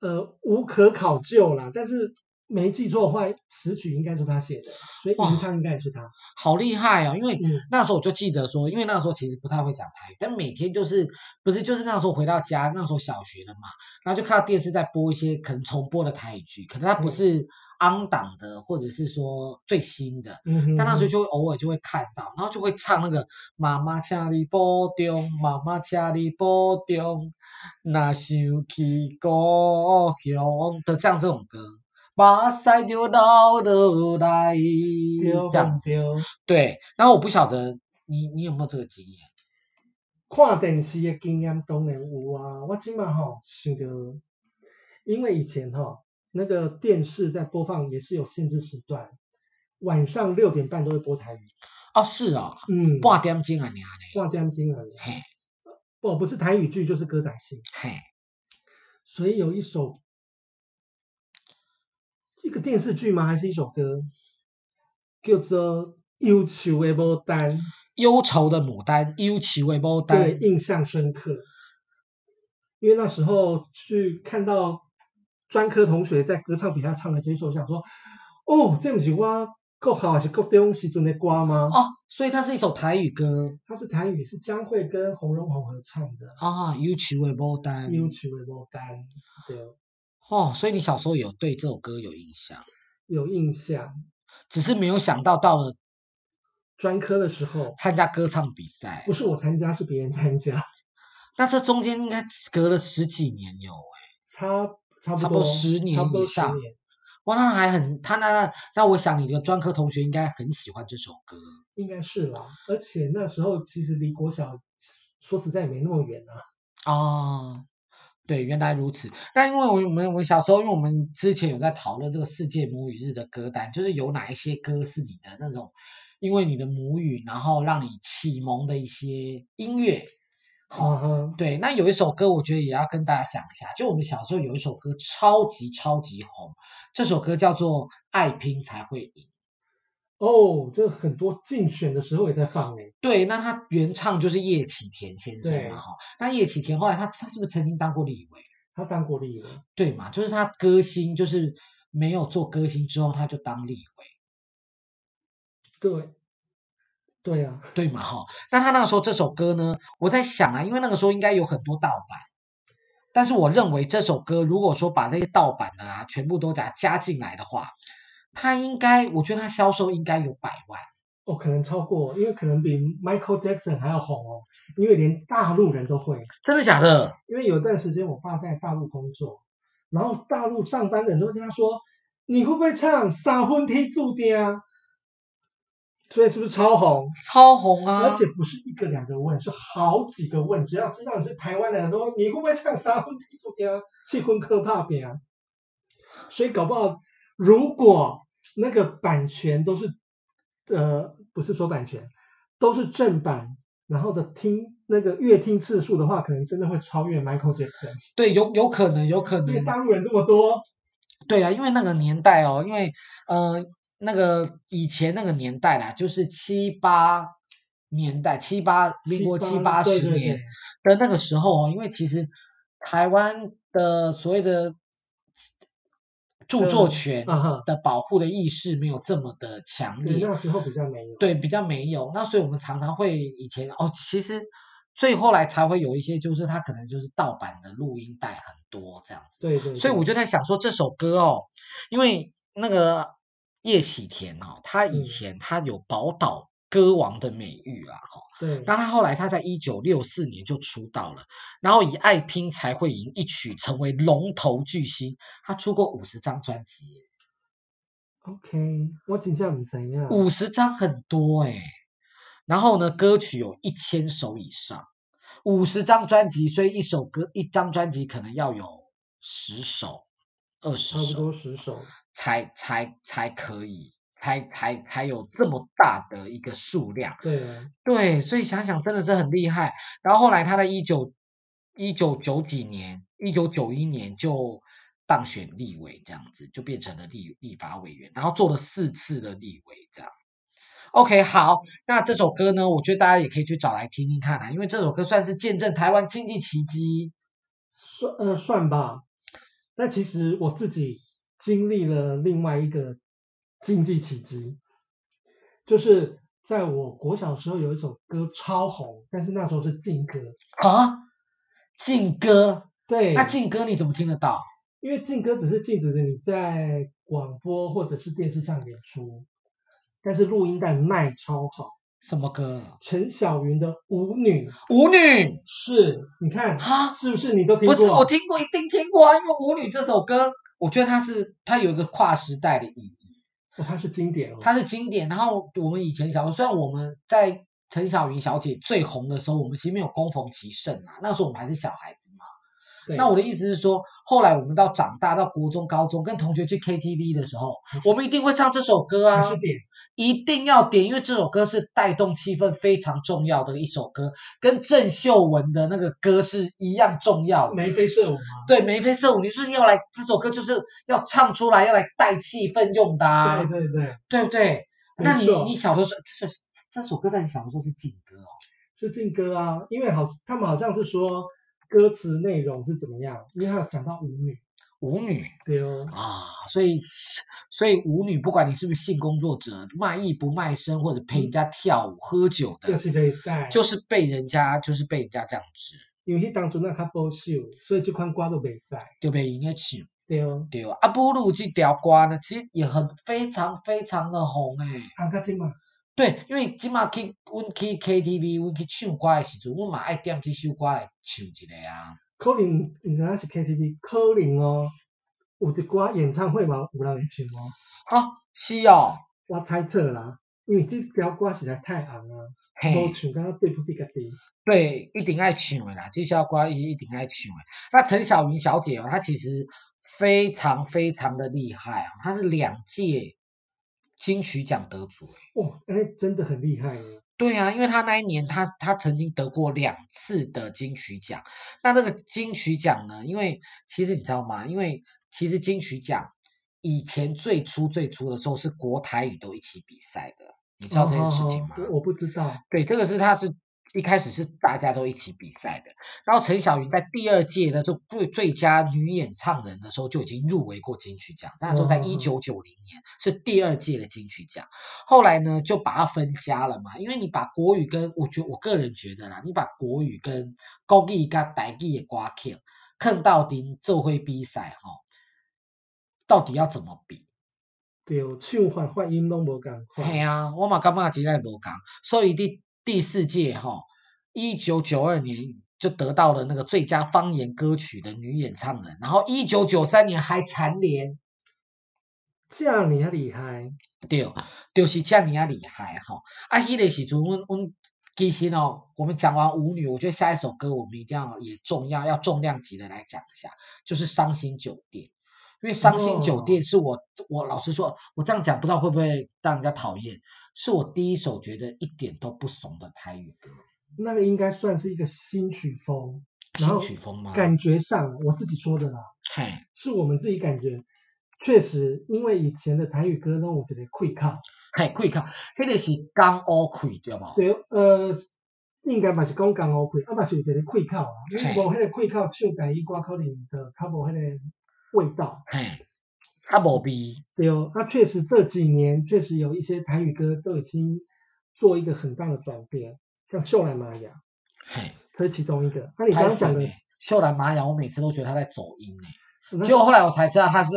Speaker 13: 了。
Speaker 14: 呃，无可考究啦，但是没记错的话，词曲应该是他写的，所以
Speaker 13: 哇
Speaker 14: 原唱应该也是他。
Speaker 13: 好厉害哦！因为
Speaker 14: 嗯
Speaker 13: 那时候我就记得说，因为那时候其实不太会讲台语，但每天就是不是就是那时候回到家，那时候小学了嘛，然后就看到电视在播一些可能重播的台语剧，可能它
Speaker 14: 嗯
Speaker 13: 不是 on 档的，或者是说最新的，
Speaker 14: 嗯哼，
Speaker 13: 但那时候就会偶尔就会看到，然后就会唱那个“妈妈请你保重，妈妈请你保重，若想起故乡”的唱这种歌，目屎就流落来，
Speaker 14: 丢
Speaker 13: 这样子。
Speaker 14: 丢。
Speaker 13: 对，然后我不晓得你你有没有这个经验？
Speaker 14: 看电视的经验当然有啊，我今嘛吼想到，因为以前吼、那个电视在播放也是有限制时段，晚上六点半都会播台语，
Speaker 13: 哦，是哦，
Speaker 14: 嗯，
Speaker 13: 半点钟啊，你啊嘞，
Speaker 14: 挂点金而已，
Speaker 13: 嘿，
Speaker 14: 哦不不是台语剧就是歌仔戏，
Speaker 13: 嘿，
Speaker 14: 所以有一首一个电视剧吗？还是一首歌？叫做《忧愁的牡丹》，
Speaker 13: 忧愁的牡丹，忧愁的牡
Speaker 14: 对，
Speaker 13: 丹，
Speaker 14: 印象深刻。因为那时候去看到专科同学在歌唱比赛唱的这首，想说，哦，这不是我国考还是国中时阵的歌吗？
Speaker 13: 哦，所以它是一首台语歌
Speaker 14: 它是台语，是江蕙跟洪荣宏合唱的
Speaker 13: 啊，忧愁的牡丹
Speaker 14: 《忧愁的牡丹》，对，
Speaker 13: 哦，所以你小时候有对这首歌有印象，
Speaker 14: 有印象。
Speaker 13: 只是没有想到到了
Speaker 14: 专科的时候，
Speaker 13: 参加歌唱比赛
Speaker 14: 不，是我参加，是别人参加，
Speaker 13: 那这中间应该隔了十几年有哎、
Speaker 14: 差差不
Speaker 13: 差不
Speaker 14: 多
Speaker 13: 多十年
Speaker 14: 差不多
Speaker 13: 以上
Speaker 14: 十年，
Speaker 13: 哇，那还很他那那那我想你的专科同学应该很喜欢这首歌，
Speaker 14: 应该是啦。而且那时候其实离国小说实在也没那么远啊。
Speaker 13: 哦，对，原来如此。那因为我我们我们小时候，因为我们之前有在讨论这个世界母语日的歌单，就是有哪一些歌是你的那种，因为你的母语，然后让你启蒙的一些音乐。哦
Speaker 14: 啊哈，
Speaker 13: 对，那有一首歌，我觉得也要跟大家讲一下，就我们小时候有一首歌超级超级红，这首歌叫做《爱拼才会赢》。
Speaker 14: 哦，这很多竞选的时候也在放诶。
Speaker 13: 对，那他原唱就是叶启田先生嘛，哈。那叶启田后来他他是不是曾经当过立委？
Speaker 14: 他当过立委，
Speaker 13: 对嘛，就是他歌星，就是没有做歌星之后，他就当立委，
Speaker 14: 对，对啊，
Speaker 13: 对嘛哈。那他那个时候这首歌呢，我在想啊，因为那个时候应该有很多盗版，但是我认为这首歌如果说把这些盗版的啊全部都给它加进来的话，它应该，我觉得它销售应该有百万。
Speaker 14: 哦，可能超过，因为可能比 Michael Jackson 还要红哦，因为连大陆人都会。
Speaker 13: 真的假的？
Speaker 14: 因为有段时间我爸在大陆工作，然后大陆上班的人都会跟他说：“你会不会唱《三分天注定》啊？”所以是不是超红？
Speaker 13: 超红啊！
Speaker 14: 而且不是一个两个问，是好几个问。只要知道你是台湾的人，都说你会不会唱《三分天注定》啊？气氛可怕点啊！所以搞不好，如果那个版权都是呃，不是说版权，都是正版，然后的听那个乐听次数的话，可能真的会超越 Michael Jackson。
Speaker 13: 对，有有可能，有可
Speaker 14: 因为
Speaker 13: 能。
Speaker 14: 大陆人这么多，
Speaker 13: 对啊，因为那个年代哦，因为呃，那个以前那个年代啦，就是七八年代，七八民国七八
Speaker 14: 对
Speaker 13: 十
Speaker 14: 对对
Speaker 13: 年的那个时候哦，因为其实台湾的所谓的著作权
Speaker 14: 啊哈，
Speaker 13: 的保护的意识没有这么的强
Speaker 14: 对，
Speaker 13: 烈，
Speaker 14: 那时候比较没有。
Speaker 13: 对，比较没有。那所以我们常常会以前哦，其实所以后来才会有一些，就是它可能就是盗版的录音带很多这样子。
Speaker 14: 对对，
Speaker 13: 所以我
Speaker 14: 就
Speaker 13: 就在想说这首歌哦，因为那个叶启田哦，他以
Speaker 14: 嗯
Speaker 13: 前他有宝岛歌王的美誉啦、哈、
Speaker 14: 对
Speaker 13: 那他后来他在一九六四年就出道了，然后以《爱拼才会赢》一曲成为龙头巨星，他出过五十张专辑耶，
Speaker 14: ，OK，我真正唔知影。
Speaker 13: 五十张很多诶、然后呢，歌曲有一千首以上，五十张专辑，所以一首歌一张专辑可能要有十首、二十
Speaker 14: 差
Speaker 13: 首，
Speaker 14: 不多十首，
Speaker 13: 才才才可以，才才才有这么大的一个数量。
Speaker 14: 对啊，
Speaker 13: 对，所以想想真的是很厉害。然后后来他在一九一九九几年，一九九一年就当选立委，这样子就变成了立立法委员，然后做了四次的立委这样。OK，好，那这首歌呢，我觉得大家也可以去找来听听看啊，因为这首歌算是见证台湾经济奇迹。
Speaker 14: 算呃算吧。但其实我自己经历了另外一个经济奇迹，就是在我国小时候有一首歌超红，但是那时候是禁歌
Speaker 13: 啊，禁歌。
Speaker 14: 对，
Speaker 13: 那禁歌你怎么听得到？
Speaker 14: 因为禁歌只是禁止你在广播或者是电视上演出，但是录音带卖超好。
Speaker 13: 什么歌？啊
Speaker 14: 陈小云的《舞女》。
Speaker 13: 舞女
Speaker 14: 是，你看
Speaker 13: 啊，
Speaker 14: 是不是你都听过？
Speaker 13: 不是，我听过，一定听过啊，因为《舞女》这首歌，我觉得它是它有一个跨时代的意义，
Speaker 14: 哦、它是经典哦。
Speaker 13: 它是经典。然后我们以前小时候，虽然我们在陈小云小姐最红的时候，我们其实没有攻逢其盛啊，那时候我们还是小孩子嘛。那我的意思是说，后来我们到长大，到国中、高中，跟同学去 KTV 的时候，我们一定会唱这首歌啊，
Speaker 14: 还是点
Speaker 13: 一定要点，因为这首歌是带动气氛非常重要的一首歌，跟郑秀文的那个歌是一样重要的。
Speaker 14: 眉飞色舞吗？
Speaker 13: 对，眉飞色舞，你就是要来这首歌，就是要唱出来，要来带气氛用的、啊。
Speaker 14: 对对对，
Speaker 13: 对不对？
Speaker 14: 没
Speaker 13: 那你
Speaker 14: 错
Speaker 13: 你小的时候，这首这首歌在你小的时候是禁歌哦。
Speaker 14: 是禁歌啊，因为好，他们好像是说歌词内容是怎么样，因为他有讲到舞女，
Speaker 13: 舞女
Speaker 14: 对哦，
Speaker 13: 啊，所以所以舞女不管你是不是性工作者，卖艺不卖身或者陪人家跳舞、喝酒的
Speaker 14: 这，嗯是比赛，
Speaker 13: 就是被人家就是被人家这样子，
Speaker 14: 因为迄当初那较保守，所以这款歌都袂使，
Speaker 13: 就被人家抢
Speaker 14: 对哦，
Speaker 13: 对啊，不如这条歌呢，其实也很非常非常的红诶、
Speaker 14: 红较即啊嘛，
Speaker 13: 对，因为即马去阮去 KTV，阮去唱歌的时阵，阮嘛爱点这首歌来唱一个啊。
Speaker 14: 可能毋知影是 KTV，可能哦，有一寡演唱会嘛有人会唱哦，
Speaker 13: 啊，是哦，
Speaker 14: 我猜测啦，因为这条歌实在太红啊，无
Speaker 13: 嘿，
Speaker 14: 唱敢若对不起家己，
Speaker 13: 对，一定爱唱的啦，这首歌伊一定爱唱的。那陈小云小姐哦，她其实非常非常的厉害哦，她是两届金曲奖得主诶。
Speaker 14: 哇，哎真的很厉害耶，
Speaker 13: 对啊，因为他那一年他他曾经得过两次的金曲奖。那这个金曲奖呢，因为其实你知道吗？因为其实金曲奖以前最初最初的时候是国台语都一起比赛的，你知道这件事情吗？
Speaker 14: 哦哦哦我我不知道，
Speaker 13: 对，这个是他是一开始是大家都一起比赛的。然后陈小云在第二届的就最最佳女演唱人的时候就已经入围过金曲奖，那时候在
Speaker 14: 哦
Speaker 13: 一九九零年是第二届的金曲奖。后来呢就把它分家了嘛，因为你把国语跟我觉我个人觉得啦，你把国语跟国语跟台语的瓜克坑到底这会比赛哈、到底要怎么比？
Speaker 14: 对哦，唱法发音拢无共款，
Speaker 13: 系啊，我嘛感觉实在无共，所以第第四届吼，一九九二年就得到了那个最佳方言歌曲的女演唱人，然后一九九三年还蝉联，
Speaker 14: 这样你厉害，
Speaker 13: 对，就是这样啊厉害吼。啊，迄个时阵，阮阮其实哦，我们讲完舞女，我觉得下一首歌我们一定要也重要，要重量级的来讲一下，就是《伤心酒店》。因为《伤心酒
Speaker 14: 哦
Speaker 13: 店》是我、我老实说，我这样讲不知道会不会让人家讨厌，是我第一首觉得一点都不怂的台语歌，
Speaker 14: 那个应该算是一个新曲风，然
Speaker 13: 新
Speaker 14: 后
Speaker 13: 曲风吗？
Speaker 14: 感觉上我自己说的啦，
Speaker 13: 嘿，
Speaker 14: 是我们自己感觉，确实因为以前的台语歌让我觉得愧靠，
Speaker 13: 嘿，开口，迄个是江乌开对无？
Speaker 14: 对，呃，应该嘛是讲江湖愧，啊嘛是有一个愧靠啊，因为
Speaker 13: 嘿
Speaker 14: 无迄个愧靠唱台语歌可能就较无迄个味道，
Speaker 13: 嘿，较无味。
Speaker 14: 对哦，那、确实这几年确实有一些台语歌都已经做一个很大的转变，像秀兰玛雅，
Speaker 13: 嘿，
Speaker 14: 这是其中一个，那、你刚刚讲的
Speaker 13: 拍手呢秀兰玛雅，我每次都觉得她在走音呢、
Speaker 14: 那
Speaker 13: 结果后来我才知道她是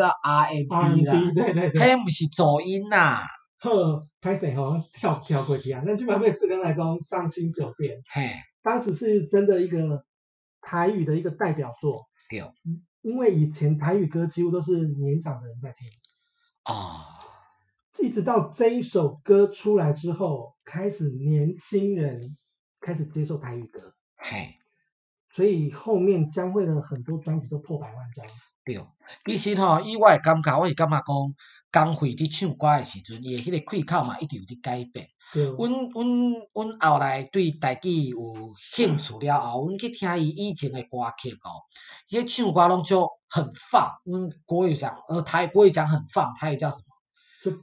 Speaker 13: RMB 啦，
Speaker 14: R&B，对对对。
Speaker 13: 啊嘿，不是走音呐、
Speaker 14: 好，拍摄好像跳跳过去啊。那基本上对刚来讲，《伤心酒店》
Speaker 13: 嘿，
Speaker 14: 当时是真的一个台语的一个代表作，
Speaker 13: 对，
Speaker 14: 因为以前台语歌几乎都是年长的人在听，
Speaker 13: 啊、
Speaker 14: 一直到这一首歌出来之后，开始年轻人开始接受台语歌，
Speaker 13: 嘿。
Speaker 14: 所以后面将会的很多专辑都破百万张。
Speaker 13: 对，其实吼，以我的感觉，我是感觉讲，江蕙伫唱歌的时阵，伊的迄个气口嘛，一直有伫改变。
Speaker 14: 对哦，
Speaker 13: 阮阮阮后来对台语有兴趣了后，阮去听伊以前的歌曲哦，伊的唱歌拢就很放。阮国语讲，呃，台国语讲很放，台语叫什么？
Speaker 14: 就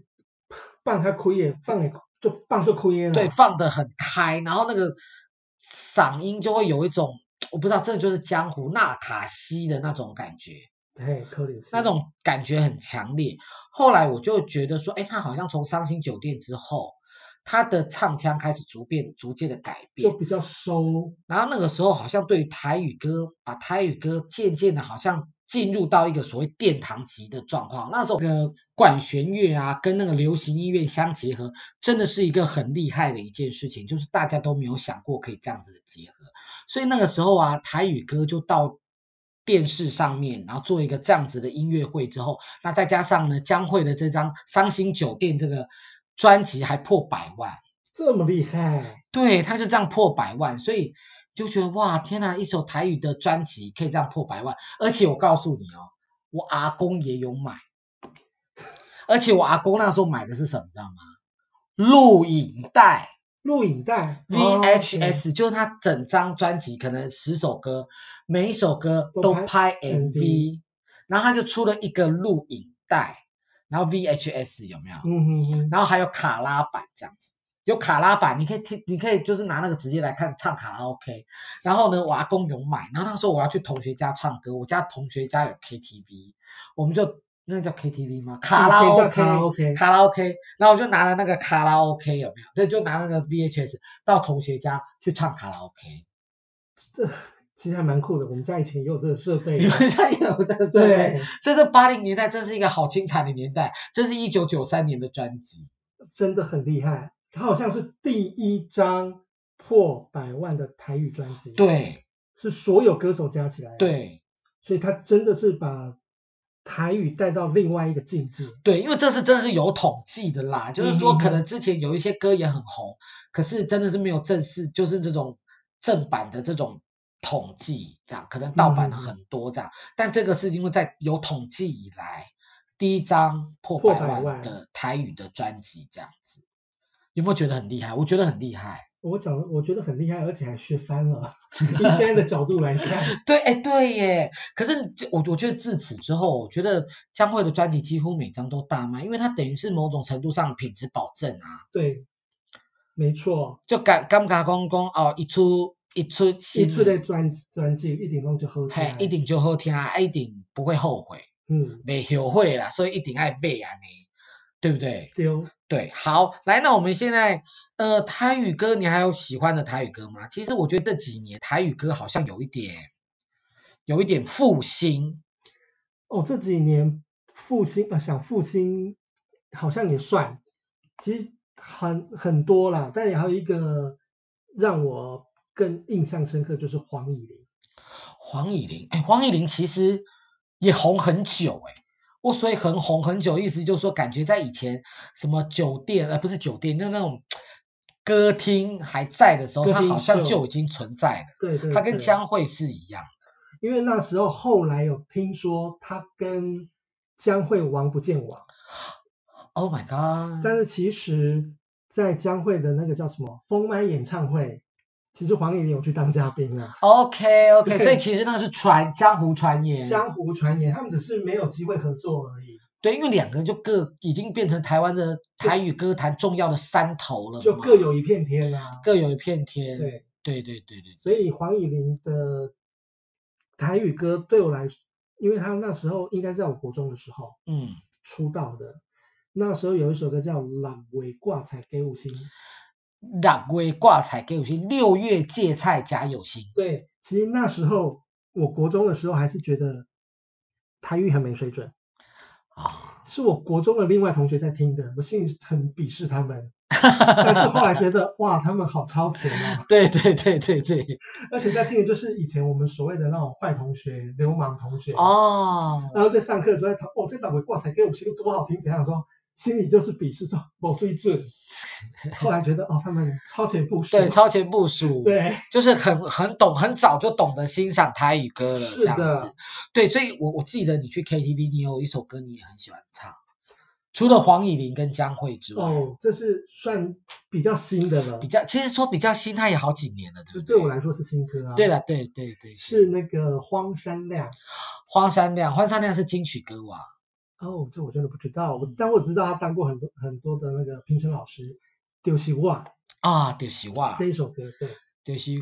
Speaker 14: 放他开耶，放也就放就开耶了。
Speaker 13: 对，放得很开，然后那个嗓音就会有一种，我不知道，这就是江湖纳卡西的那种感觉。
Speaker 14: 嘿，可能是
Speaker 13: 那种感觉很强烈。后来我就觉得说，哎，他好像从伤心酒店之后，他的唱腔开始逐渐逐渐的改变，
Speaker 14: 就比较收。
Speaker 13: 然后那个时候好像对于台语歌，把台语歌渐渐的好像进入到一个所谓殿堂级的状况。那时候的管弦乐啊，跟那个流行音乐相结合，真的是一个很厉害的一件事情，就是大家都没有想过可以这样子的结合。所以那个时候啊，台语歌就到电视上面，然后做一个这样子的音乐会之后，那再加上呢，江蕙的这张《伤心酒店》这个专辑还破百万，
Speaker 14: 这么厉害？
Speaker 13: 对，他就这样破百万，所以就觉得哇，天呐，一首台语的专辑可以这样破百万，而且我告诉你哦，我阿公也有买，而且我阿公那时候买的是什么，你知道吗？录影带。
Speaker 14: 录影带
Speaker 13: VHS 就是他整张专辑，可能十首歌，每一首歌
Speaker 14: 都
Speaker 13: 都
Speaker 14: 拍
Speaker 13: 拍
Speaker 14: MV
Speaker 13: MV，然后他就出了一个录影带，然后 VHS 有没有？
Speaker 14: 嗯嗯嗯，
Speaker 13: 然后还有卡拉版这样子，有卡拉版，你可以听，你可以就是拿那个直接来看唱卡拉 OK。然后呢，我阿公有买，然后那时候我要去同学家唱歌，我家同学家有 KTV，我们就那叫 KTV 吗？卡拉
Speaker 14: 以前叫
Speaker 13: OK，
Speaker 14: 卡拉 OK
Speaker 13: 卡拉 OK，然后我就拿了那个卡拉 OK 有没有？对，就拿那个 VHS 到同学家去唱卡拉 OK。
Speaker 14: 这其实还蛮酷的。我们家以前也有这个设 备
Speaker 13: 你，们家也有这个设备
Speaker 14: 对，
Speaker 13: 所以这八零年代真是一个好精彩的年代。这是一九九三年的专辑，
Speaker 14: 真的很厉害。他好像是第一张破百万的台语专辑，，
Speaker 13: 对
Speaker 14: 是所有歌手加起来，，
Speaker 13: 对。
Speaker 14: 所以他真的是把台语带到另外一个境界。
Speaker 13: 对，因为这是真的是有统计的啦，就是说
Speaker 14: 嗯
Speaker 13: 可能之前有一些歌也很红，可是真的是没有正式，就是这种正版的这种统计，这样可能盗
Speaker 14: 嗯
Speaker 13: 版的很多这样，但这个是因为在有统计以来第一张破
Speaker 14: 破
Speaker 13: 百
Speaker 14: 百
Speaker 13: 万
Speaker 14: 万
Speaker 13: 的台语的专辑这样子，有没有觉得很厉害？我觉得很厉害。
Speaker 14: 我讲，我觉得很厉害，而且还学翻了。以现在的角度来看，
Speaker 13: 对，哎，对耶。可是这我我觉得自此之后，我觉得江蕙的专辑几乎每张都大卖，因为它等于是某种程度上品质保证啊。
Speaker 14: 对，没错，
Speaker 13: 就感感觉讲讲哦，一出一出
Speaker 14: 一
Speaker 13: 新
Speaker 14: 出的啊
Speaker 13: 的，
Speaker 14: 专专辑一定拢就好听
Speaker 13: 嘿，，一，定就好听，啊一定不会后悔，
Speaker 14: 嗯，
Speaker 13: 袂后悔啦，所以一定爱买安尼，对不对？
Speaker 14: 对哦，
Speaker 13: 对，好，来，那我们现在呃，台语歌你还有喜欢的台语歌吗？其实我觉得这几年台语歌好像有一点，有一点复兴，
Speaker 14: 哦，这几年复兴呃，想复兴好像也算，其实很很多啦，但也还有一个让我更印象深刻就是黄以玲，
Speaker 13: 黄以玲，哎，黄以玲其实也红很久、哎，我所以很红很久，意思就是说，感觉在以前什么酒店，呃，不是酒店，就那种歌厅还在的时候，
Speaker 14: 歌
Speaker 13: 它
Speaker 14: 厅
Speaker 13: 好像
Speaker 14: 秀
Speaker 13: 就已经存在了。
Speaker 14: 对对，
Speaker 13: 它跟
Speaker 14: 对
Speaker 13: 江蕙是一样的，
Speaker 14: 因为那时候后来有听说她跟江蕙王不见王，
Speaker 13: Oh my god！
Speaker 14: 但是其实在江蕙的那个叫什么封麦演唱会，其实黄以玲有去当嘉宾啦。
Speaker 13: OK OK，
Speaker 14: 对
Speaker 13: 所以其实那是传江湖传言，
Speaker 14: 江湖传言，他们只是没有机会合作而已，
Speaker 13: 对，因为两个人就各已经变成台湾的台语歌坛重要的山头了嘛，
Speaker 14: 就各有一片天啦、
Speaker 13: 各有一片天。
Speaker 14: 对。
Speaker 13: 对对对对，
Speaker 14: 所以黄以玲的台语歌对我来说，因为她那时候应该在我国中的时候
Speaker 13: 嗯，
Speaker 14: 出道的，那时候有一首歌叫《懒尾挂彩给五星》。
Speaker 13: 六月挂彩给我心，六月芥菜加有心。
Speaker 14: 对，其实那时候我国中的时候还是觉得台语很没水准，
Speaker 13: 啊，
Speaker 14: 是我国中的另外同学在听的，我心里很鄙视他们，但 是后来觉得哇，他们好超前啊！
Speaker 13: 对对对对对，
Speaker 14: 而且在听的就是以前我们所谓的那种坏同学、流氓同学。
Speaker 13: 哦，
Speaker 14: 然后在上课的时候在讨，哦，这老鬼挂彩给五星多好听，怎样说，心里就是鄙视说某最准。后来觉得哦，他们超前部署，
Speaker 13: 对，超前部署，，
Speaker 14: 对
Speaker 13: 就是很很懂，很早就懂得欣赏台语歌了，
Speaker 14: 是
Speaker 13: 这样
Speaker 14: 的
Speaker 13: 子。对，所以我我记得你去 KTV，你有一首歌你也很喜欢唱，除了黄以玲跟江蕙之外，
Speaker 14: 哦，这是算比较新的了
Speaker 13: 比，较其实说比较新，它也好几年了，对不
Speaker 14: 对我
Speaker 13: 对？
Speaker 14: 来说是新歌啊。
Speaker 13: 对，了，对对对，
Speaker 14: 是那个荒山亮。
Speaker 13: 荒山亮，荒山亮是金曲歌王，
Speaker 14: 哦，这我真的不知道，我但我知道他当过很多很多的那个评审老师。丢西哇
Speaker 13: 啊，就是我，
Speaker 14: 这一首歌，对，
Speaker 13: 就是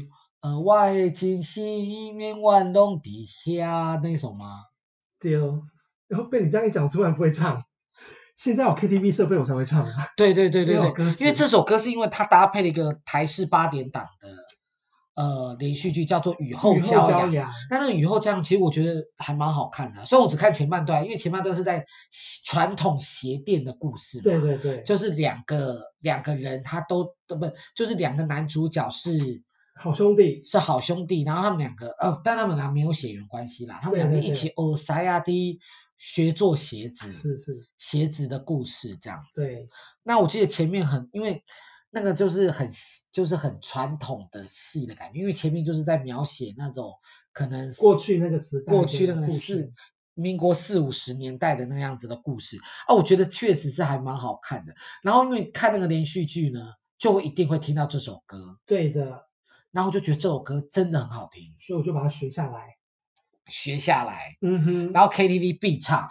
Speaker 13: 呃，我的真心永远拢伫遐那首吗？
Speaker 14: 对，然后被你这样一讲，我突然不会唱。现在有 KTV 设备，我才会唱啊。
Speaker 13: 对对对对
Speaker 14: 没有
Speaker 13: 对
Speaker 14: 歌，词
Speaker 13: 因为这首歌是因为它搭配了一个台式八点档的呃连续剧，叫做《雨后
Speaker 14: 雨后
Speaker 13: 骄阳》。
Speaker 14: 阳，
Speaker 13: 那那个雨后这样，其实我觉得还蛮好看的啊、虽然我只看前半段，因为前半段是在传统鞋店的故事嘛，
Speaker 14: 对对对，
Speaker 13: 就是两个两个人他都呃不就是两个男主角是
Speaker 14: 好兄弟，
Speaker 13: 是好兄弟，然后他们两个呃，但他们俩没有血缘关系啦，他们两个
Speaker 14: 对对
Speaker 13: 一起欧塞亚的学做鞋子，
Speaker 14: 是是，
Speaker 13: 鞋子的故事这样。
Speaker 14: 对
Speaker 13: 那我记得前面很，因为那个就是很就是很传统的戏的感觉，因为前面就是在描写那种可能
Speaker 14: 过去那个时代的
Speaker 13: 过去那个
Speaker 14: 故
Speaker 13: 四
Speaker 14: 事
Speaker 13: 民国四五十年代的那样子的故事啊，我觉得确实是还蛮好看的。然后因为看那个连续剧呢，就会一定会听到这首歌，
Speaker 14: 对的，
Speaker 13: 然后就觉得这首歌真的很好听，
Speaker 14: 所以我就把它学下来。
Speaker 13: 学下来，
Speaker 14: 嗯哼，
Speaker 13: 然后 KTV 必唱，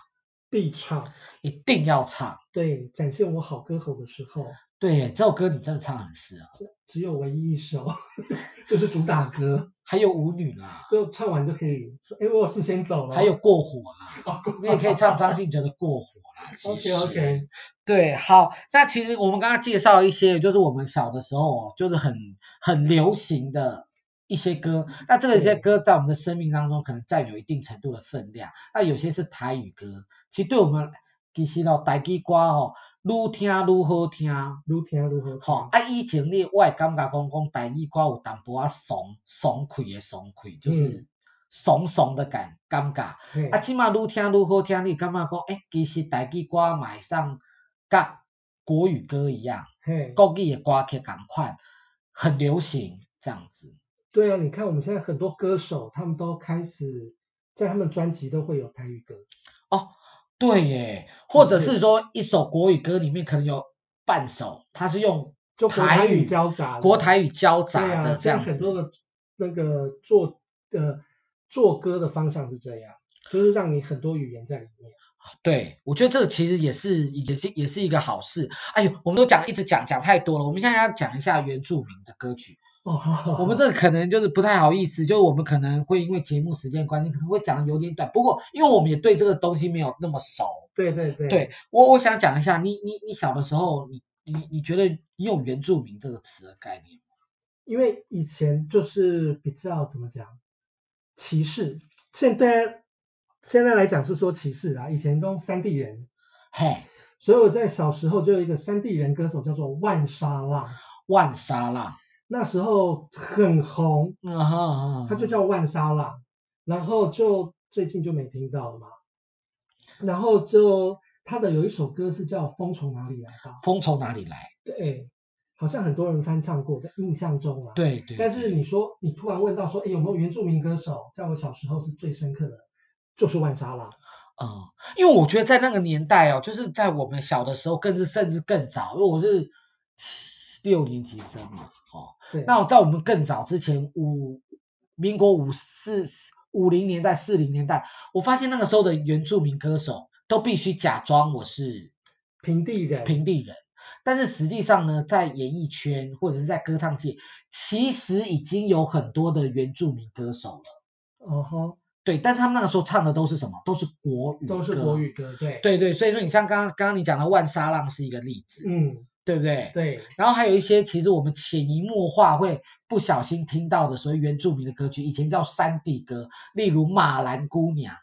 Speaker 14: 必唱，
Speaker 13: 一定要唱。
Speaker 14: 对，展现我好歌喉的时候，
Speaker 13: 对，这首歌你真的唱得很适合，
Speaker 14: 只有唯一一首， 就是主打歌，
Speaker 13: 还有舞女啦，
Speaker 14: 就唱完就可以说，哎，我有事先走了。
Speaker 13: 还有过火啦。
Speaker 14: 哦，
Speaker 13: 你也可以 唱张信哲的《过火》啦。其实
Speaker 14: OK，OK
Speaker 13: 对，好，那其实我们刚刚介绍一些，就是我们小的时候哦，就是很很流行的一些歌。那这个一些歌在我们的生命当中可能占有一定程度的分量。那有些是台语歌，其实对我们其实哦，台语歌哦，愈听愈好听。
Speaker 14: 如天如何？
Speaker 13: 吼、啊，以前你我会感觉讲讲台语歌有淡薄仔爽爽快的爽快，就是
Speaker 14: 嗯
Speaker 13: 爽爽的感感觉。
Speaker 14: 嘿，
Speaker 13: 啊，即马愈听愈好听，你感觉讲，诶、其实台语歌买上甲国语歌一样，
Speaker 14: 嘿，
Speaker 13: 国语的歌曲同款，很流行这样子。
Speaker 14: 对啊，你看我们现在很多歌手，他们都开始在他们专辑都会有台语歌，
Speaker 13: 哦，对耶，或者
Speaker 14: 是
Speaker 13: 是说一首国语歌里面可能有半首，它是用
Speaker 14: 就国台
Speaker 13: 台
Speaker 14: 语
Speaker 13: 语
Speaker 14: 交杂了，
Speaker 13: 国台语交
Speaker 14: 对
Speaker 13: 杂
Speaker 14: 啊，
Speaker 13: 的这
Speaker 14: 现
Speaker 13: 样
Speaker 14: 在很
Speaker 13: 子。
Speaker 14: 多的那个做呃做歌的方向是这样，就是让你很多语言在里面。
Speaker 13: 对，我觉得这个其实也是也是也是一个好事。哎呦，我们都讲一直讲讲太多了，我们现在要讲一下原住民的歌曲。
Speaker 14: 哦，好好好
Speaker 13: 我们这个可能就是不太好意思，就是我们可能会因为节目时间关系，可能会讲的有点短。不过，因为我们也对这个东西没有那么熟，
Speaker 14: 对对对
Speaker 13: 对我我想讲一下，你你你小的时候，你你你觉得你有原住民这个词的概念吗？
Speaker 14: 因为以前就是比较怎么讲歧视，现在现在来讲是说歧视啦，以前都山地人，
Speaker 13: 嘿，
Speaker 14: 所以我在小时候就有一个山地人歌手叫做万沙浪，
Speaker 13: 万沙浪，
Speaker 14: 那时候很红，
Speaker 13: 嗯哼
Speaker 14: 他就叫万沙浪，然后就最近就没听到了嘛，然后就他的有一首歌是叫《风从哪里来吧
Speaker 13: 风从哪里来？》，
Speaker 14: 对，好像很多人翻唱过，在印象中啦。
Speaker 13: 对对，
Speaker 14: 但是你说你突然问到说，哎，有没有原住民歌手？在我小时候是最深刻的，就是万沙浪。
Speaker 13: 嗯，因为我觉得在那个年代哦，就是在我们小的时候，更是甚至更早，因为我是六年级生嘛，哦，
Speaker 14: 对，
Speaker 13: 那在我们更早之前，五民国五四五零年代、四零年代，我发现那个时候的原住民歌手都必须假装我是
Speaker 14: 平地人，
Speaker 13: 平地人，但是实际上呢，在演艺圈或者是在歌唱界，其实已经有很多的原住民歌手了。
Speaker 14: 哦吼，
Speaker 13: 对，但是他们那个时候唱的都是什么？都是国语，
Speaker 14: 都是国。语歌，对，，
Speaker 13: 对对，所以说你像刚刚刚刚你讲的万沙浪是一个例子，
Speaker 14: 嗯，
Speaker 13: 对不对？
Speaker 14: 对，
Speaker 13: 然后还有一些其实我们潜移默化会不小心听到的所谓原住民的歌曲，以前叫山地歌，例如《马兰姑娘》，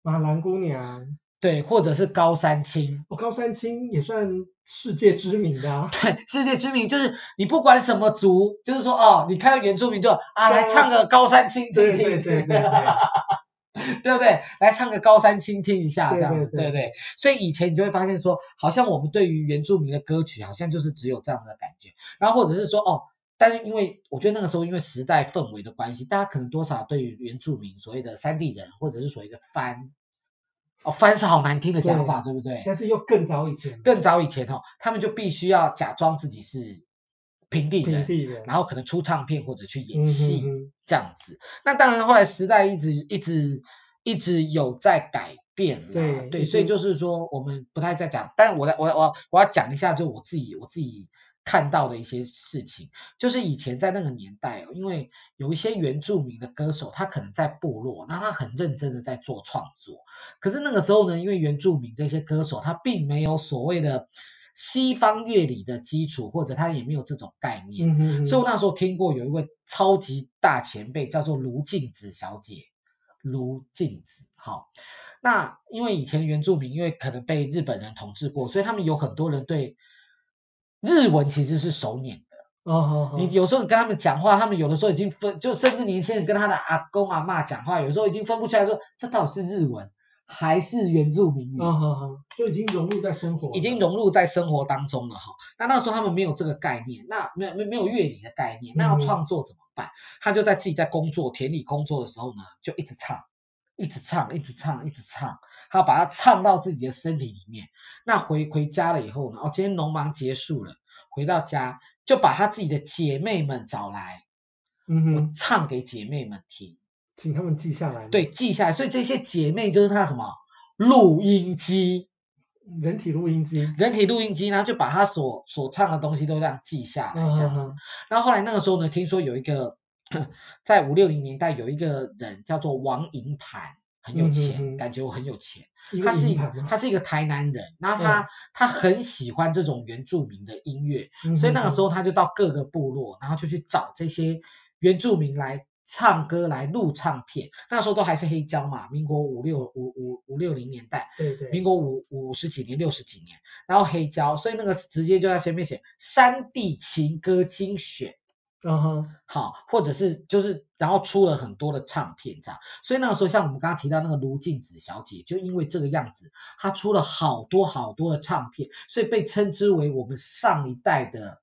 Speaker 14: 马兰姑娘，
Speaker 13: 对，或者是《高山青
Speaker 14: 哦，高山青也算世界知名的、啊》，，
Speaker 13: 对，世界知名就是你不管什么族，就是说哦，你看到原住民就啊
Speaker 14: 对啊
Speaker 13: 来唱个《高山青》听
Speaker 14: 对
Speaker 13: 听，
Speaker 14: 对对对对，
Speaker 13: 对不对？来唱个《高山青》听一下，
Speaker 14: 对
Speaker 13: 这样子，
Speaker 14: 对
Speaker 13: 对
Speaker 14: 对
Speaker 13: 不对？所以以前你就会发现说，好像我们对于原住民的歌曲，好像就是只有这样的感觉，然后或者是说哦。但是因为我觉得那个时候因为时代氛围的关系，大家可能多少对于原住民所谓的山地人或者是所谓的番，哦番是好难听的讲法，对不对？
Speaker 14: 但是又更早以 前，
Speaker 13: 更早以前哦，他们就必须要假装自己是平地人，
Speaker 14: 平地人，
Speaker 13: 然后可能出唱片或者去演
Speaker 14: 嗯
Speaker 13: 戏，
Speaker 14: 哼哼，
Speaker 13: 这样子。那当然，后来时代一直一直一直有在改变啦，
Speaker 14: 对一
Speaker 13: 所以
Speaker 14: 直
Speaker 13: 就是说我们不太在讲，但我来我来我要我要讲一下，就我自己我自己看到的一些事情，就是以前在那个年代哦，因为有一些原住民的歌手，他可能在部落，那他很认真的在做创作。可是那个时候呢，因为原住民这些歌手，他并没有所谓的西方乐理的基础，或者他也没有这种概念。
Speaker 14: 嗯哼哼
Speaker 13: 所以我那时候听过有一位超级大前辈叫做卢静子小姐，卢静子，好。那因为以前原住民因为可能被日本人统治过，所以他们有很多人对日文其实是手捻的。
Speaker 14: 哦好好，
Speaker 13: 你有时候你跟他们讲话，他们有的时候已经分，就甚至年轻人跟他的阿公阿嬷讲话，有时候已经分不出来说这到底是日文还是原住民语。
Speaker 14: 哦好好，就已经融入在生活，
Speaker 13: 已经融入在生活当中了哈。那那时候他们没有这个概念，那没有没没有乐理的概念，那要创作怎么办？他就在自己在工作田里工作的时候呢，就一直唱，一直唱，一直唱，一直唱，他要把它唱到自己的身体里面。那回回家了以后呢，哦，今天农忙结束了，回到家就把他自己的姐妹们找来，
Speaker 14: 嗯
Speaker 13: 我
Speaker 14: 哼，
Speaker 13: 唱给姐妹们听，
Speaker 14: 请他们记下来。
Speaker 13: 对，，记下来。所以这些姐妹就是他什么录音机。
Speaker 14: 人体录音机。
Speaker 13: 人体录音机，然后就把他所所唱的东西都这样记下来，这样子。
Speaker 14: 嗯
Speaker 13: 然后后来那个时候呢，听说有一个 在五六零年代有一个人叫做王银盘，很有钱，
Speaker 14: 嗯嗯嗯
Speaker 13: 感觉我很有钱。
Speaker 14: 因为
Speaker 13: 他是一
Speaker 14: 银盘嘛
Speaker 13: 他是一个台南人，然后他、
Speaker 14: 嗯
Speaker 13: 他很喜欢这种原住民的音乐，
Speaker 14: 嗯
Speaker 13: 所以那个时候他就到各个部落，然后就去找这些原住民来唱歌来录唱片。那时候都还是黑胶嘛，民国五六五五五六零年代，
Speaker 14: 对对，
Speaker 13: 民国五五十几年、六十几年，然后黑胶，所以那个直接就在前面写“山地情歌精选
Speaker 14: 嗯哼，”，
Speaker 13: 好，或者是就是，然后出了很多的唱片这样。所以那个时候，像我们刚刚提到那个卢静子小姐，就因为这个样子，她出了好多好多的唱片，所以被称之为我们上一代的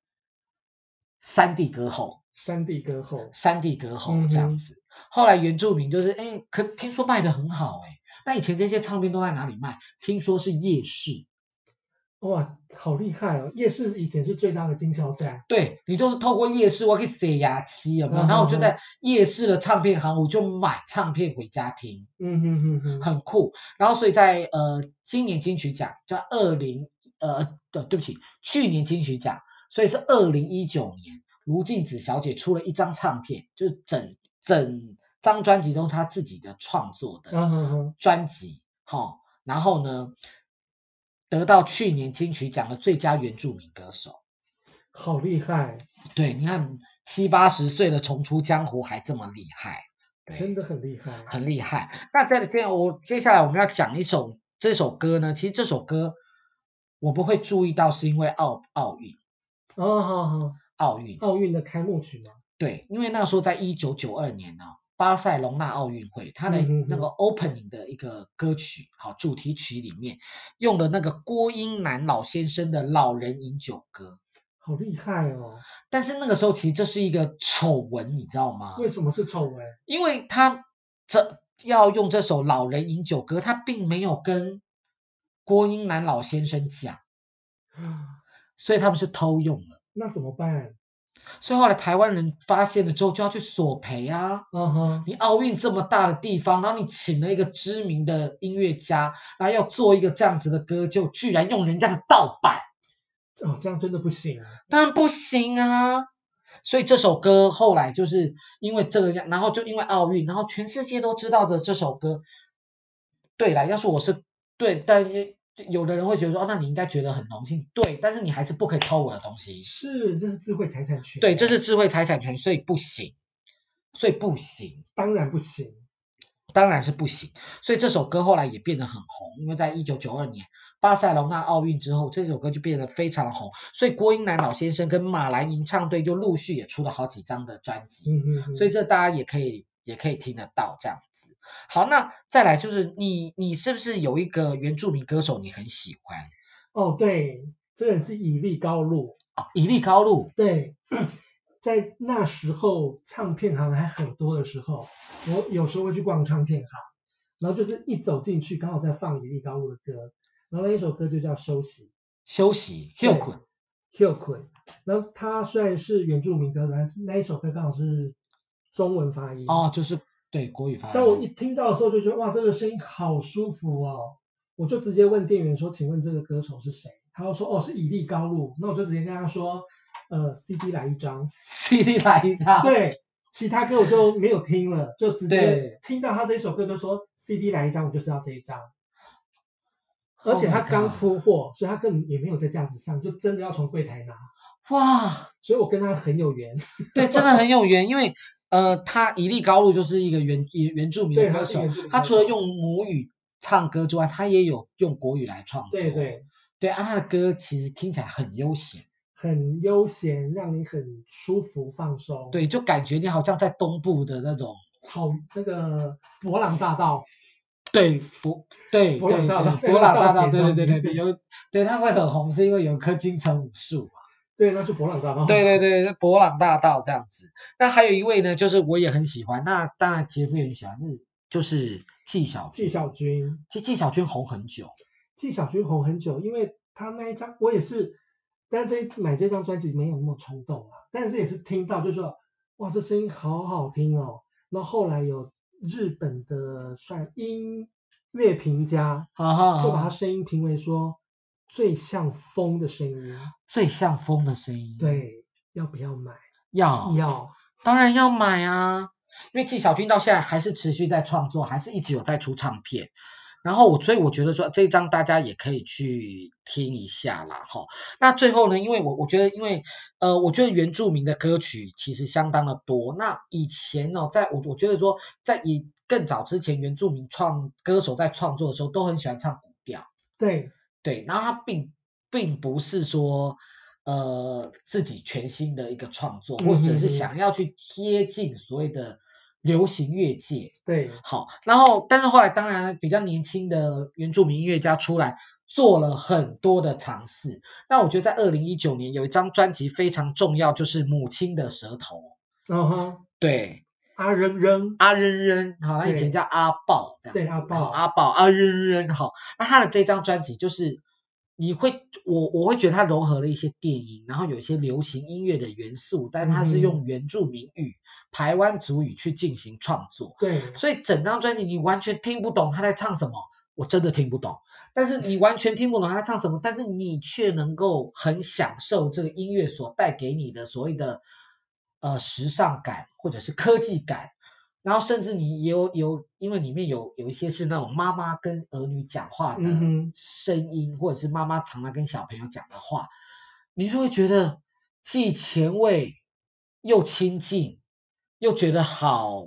Speaker 13: 山地歌后。
Speaker 14: 山地歌后，
Speaker 13: 山地歌喉这样子。后来原住民就是，哎，可听说卖的很好哎、那以前这些唱片都在哪里卖？听说是夜市，
Speaker 14: 哇，好厉害哦！夜市以前是最大的经销站，
Speaker 13: 对你就是透过夜市，我可以塞牙期有没有？
Speaker 14: 嗯
Speaker 13: 然后我就
Speaker 14: 嗯
Speaker 13: 在夜市的唱片行，我就买唱片回家听，
Speaker 14: 嗯哼哼哼，
Speaker 13: 很酷。然后所以在呃今年金曲奖，叫二零呃对对不起，去年金曲奖，所以是二零一九年，卢静子小姐出了一张唱片，就是整整张专辑都是她自己的创作的，
Speaker 14: 嗯哼哼，
Speaker 13: 专辑，好、然后呢，得到去年金曲奖的最佳原住民歌手。
Speaker 14: 好厉害，
Speaker 13: 对，你看七八十岁的重出江湖还这么厉害，
Speaker 14: 真
Speaker 13: 对，
Speaker 14: 的很厉害。
Speaker 13: 很厉害。那在这样，我接下来我们要讲一首这首歌呢，其实这首歌我不会注意到，是因为奥奥运，
Speaker 14: 哦，好好，
Speaker 13: 奥运，
Speaker 14: 奥运的开幕曲嘛，
Speaker 13: 对，因为那时候在一九九二年呢、巴塞隆纳奥运会，它的
Speaker 14: 嗯嗯嗯
Speaker 13: 那个 opening 的一个歌曲，好主题曲里面用了那个郭英男老先生的《老人饮酒歌》，
Speaker 14: 好厉害哦！
Speaker 13: 但是那个时候其实这是一个丑闻，你知道吗？
Speaker 14: 为什么是丑闻？
Speaker 13: 因为他这要用这首《老人饮酒歌》，他并没有跟郭英男老先生讲，所以他们是偷用了。
Speaker 14: 那怎么办？
Speaker 13: 所以后来台湾人发现了之后，就要去索赔啊。
Speaker 14: 嗯哼，
Speaker 13: 你奥运这么大的地方，然后你请了一个知名的音乐家，然后要做一个这样子的歌，就居然用人家的盗版，
Speaker 14: 哦，这样真的不行啊。
Speaker 13: 当然不行啊。所以这首歌后来就是因为这个样，然后就因为奥运，然后全世界都知道的这首歌。对啦，要是我是对，但也有的人会觉得说，哦，那你应该觉得很荣幸，对，但是你还是不可以偷我的东西。
Speaker 14: 是，这是智慧财产权。啊
Speaker 13: 对，这是智慧财产权，所以不行，所以不行。
Speaker 14: 当然不行。
Speaker 13: 当然是不行。所以这首歌后来也变得很红，因为在一九九二年巴塞隆纳奥运之后，这首歌就变得非常红。所以郭英男老先生跟马来吟唱队就陆续也出了好几张的专辑，
Speaker 14: 嗯哼哼，
Speaker 13: 所以这大家也可以也可以听得到这样子。好，那再来就是你你是不是有一个原住民歌手你很喜欢？
Speaker 14: 哦，对，这人是以利高露。
Speaker 13: 哦，以利高露，
Speaker 14: 对，在那时候唱片行还很多的时候，我有时候会去逛唱片行，然后就是一走进去，刚好在放一粒高露的歌，然后那一首歌就叫《休息
Speaker 13: 休息
Speaker 14: 对
Speaker 13: 休困，
Speaker 14: 休困》，然后它虽然是原住民歌，但是那一首歌刚好是中文发音。
Speaker 13: 哦，就是对国语发音。
Speaker 14: 当我一听到的时候，就觉得哇，这个声音好舒服哦！我就直接问店员说：“请问这个歌手是谁？”他就说：“哦，是以利高露。”那我就直接跟他说：“呃 CD 来一张
Speaker 13: ，CD 来一张，
Speaker 14: 对，其他歌我就没有听 了，就直接听到他这首歌就说 CD 来一张，我就是要这一张。
Speaker 13: Oh
Speaker 14: 而且他刚铺货所以他根本也没有在架子上，就真的要从柜台拿。
Speaker 13: 哇，
Speaker 14: 所以我跟他很有 缘。
Speaker 13: 对，真的很有缘，因为呃，他一粒高露就是一个原原原住民的
Speaker 14: 对
Speaker 13: 歌
Speaker 14: 他是
Speaker 13: 手
Speaker 14: 原住民，
Speaker 13: 他
Speaker 14: 歌
Speaker 13: 除了
Speaker 14: 手
Speaker 13: 用母语唱歌之外，他也有用国语来创作。
Speaker 14: 对对，
Speaker 13: 对，啊，他的歌其实听起来很悠闲，
Speaker 14: 很悠闲，让你很舒服放松。，
Speaker 13: 对，就感觉你好像在东部的那种，
Speaker 14: 草那个博朗大道，
Speaker 13: 对，博对对
Speaker 14: 博朗
Speaker 13: 对，
Speaker 14: 大道
Speaker 13: 博朗大道，
Speaker 14: 博
Speaker 13: 对
Speaker 14: 朗大道
Speaker 13: 对对对对，有对他会很红是因为有一棵金城武树嘛。
Speaker 14: 对，那就博朗大道。
Speaker 13: 对对对，是博朗大道这样子。那还有一位呢，就是我也很喜欢，那当然杰夫也很喜欢，那就是纪晓君
Speaker 14: 纪晓君，
Speaker 13: 其实纪晓君红很久，
Speaker 14: 纪晓君红很久，因为他那一张我也是，但这一买这张专辑没有那么冲动啊，但是也是听到就说，哇，这声音好好听哦。然后后来有日本的算音乐评家，
Speaker 13: 啊哈，
Speaker 14: 就把他声音评为说最像风的声音。
Speaker 13: 最像风的声音，，
Speaker 14: 对，要不要买？
Speaker 13: 要
Speaker 14: 要，
Speaker 13: 当然要买啊，因为纪晓君到现在还是持续在创作，还是一直有在出唱片。然后我所以我觉得说这一张大家也可以去听一下啦，哈。那最后呢，因为我我觉得，因为呃，我觉得原住民的歌曲其实相当的多。那以前呢、在我我觉得说，在以更早之前，原住民创歌手在创作的时候都很喜欢唱古调，
Speaker 14: 对
Speaker 13: 对。然后他并并不是说呃自己全新的一个创作，或者
Speaker 14: 嗯哼
Speaker 13: 是
Speaker 14: 哼
Speaker 13: 想要去贴近所谓的流行乐界，
Speaker 14: 对
Speaker 13: 好，然后但是后来当然比较年轻的原住民音乐家出来做了很多的尝试。那我觉得在二零一九年有一张专辑非常重要，就是《母亲的舌头》。
Speaker 14: 嗯哼，
Speaker 13: 对，
Speaker 14: 阿啊扔扔，
Speaker 13: 阿啊扔扔，好，他以前
Speaker 14: 对
Speaker 13: 叫阿豹，这样
Speaker 14: 对
Speaker 13: 子
Speaker 14: 阿
Speaker 13: 好
Speaker 14: 豹
Speaker 13: 阿豹，阿扔扔，好，那他的这张专辑就是你会，我我会觉得他融合了一些电影，然后有一些流行音乐的元素，但他是
Speaker 14: 嗯哼
Speaker 13: 用原住民语、台湾族语去进行创作。
Speaker 14: 对
Speaker 13: 所以整张专辑你完全听不懂他在唱什么，我真的听不懂。但是你完全听不懂他在唱什么，但是你却能够很享受这个音乐所带给你的所谓的呃时尚感或者是科技感，然后甚至你也有有，因为里面有有一些是那种妈妈跟儿女讲话的
Speaker 14: 嗯哼
Speaker 13: 声音，或者是妈妈常常跟小朋友讲的话，你就会觉得既前卫又亲近，又觉得好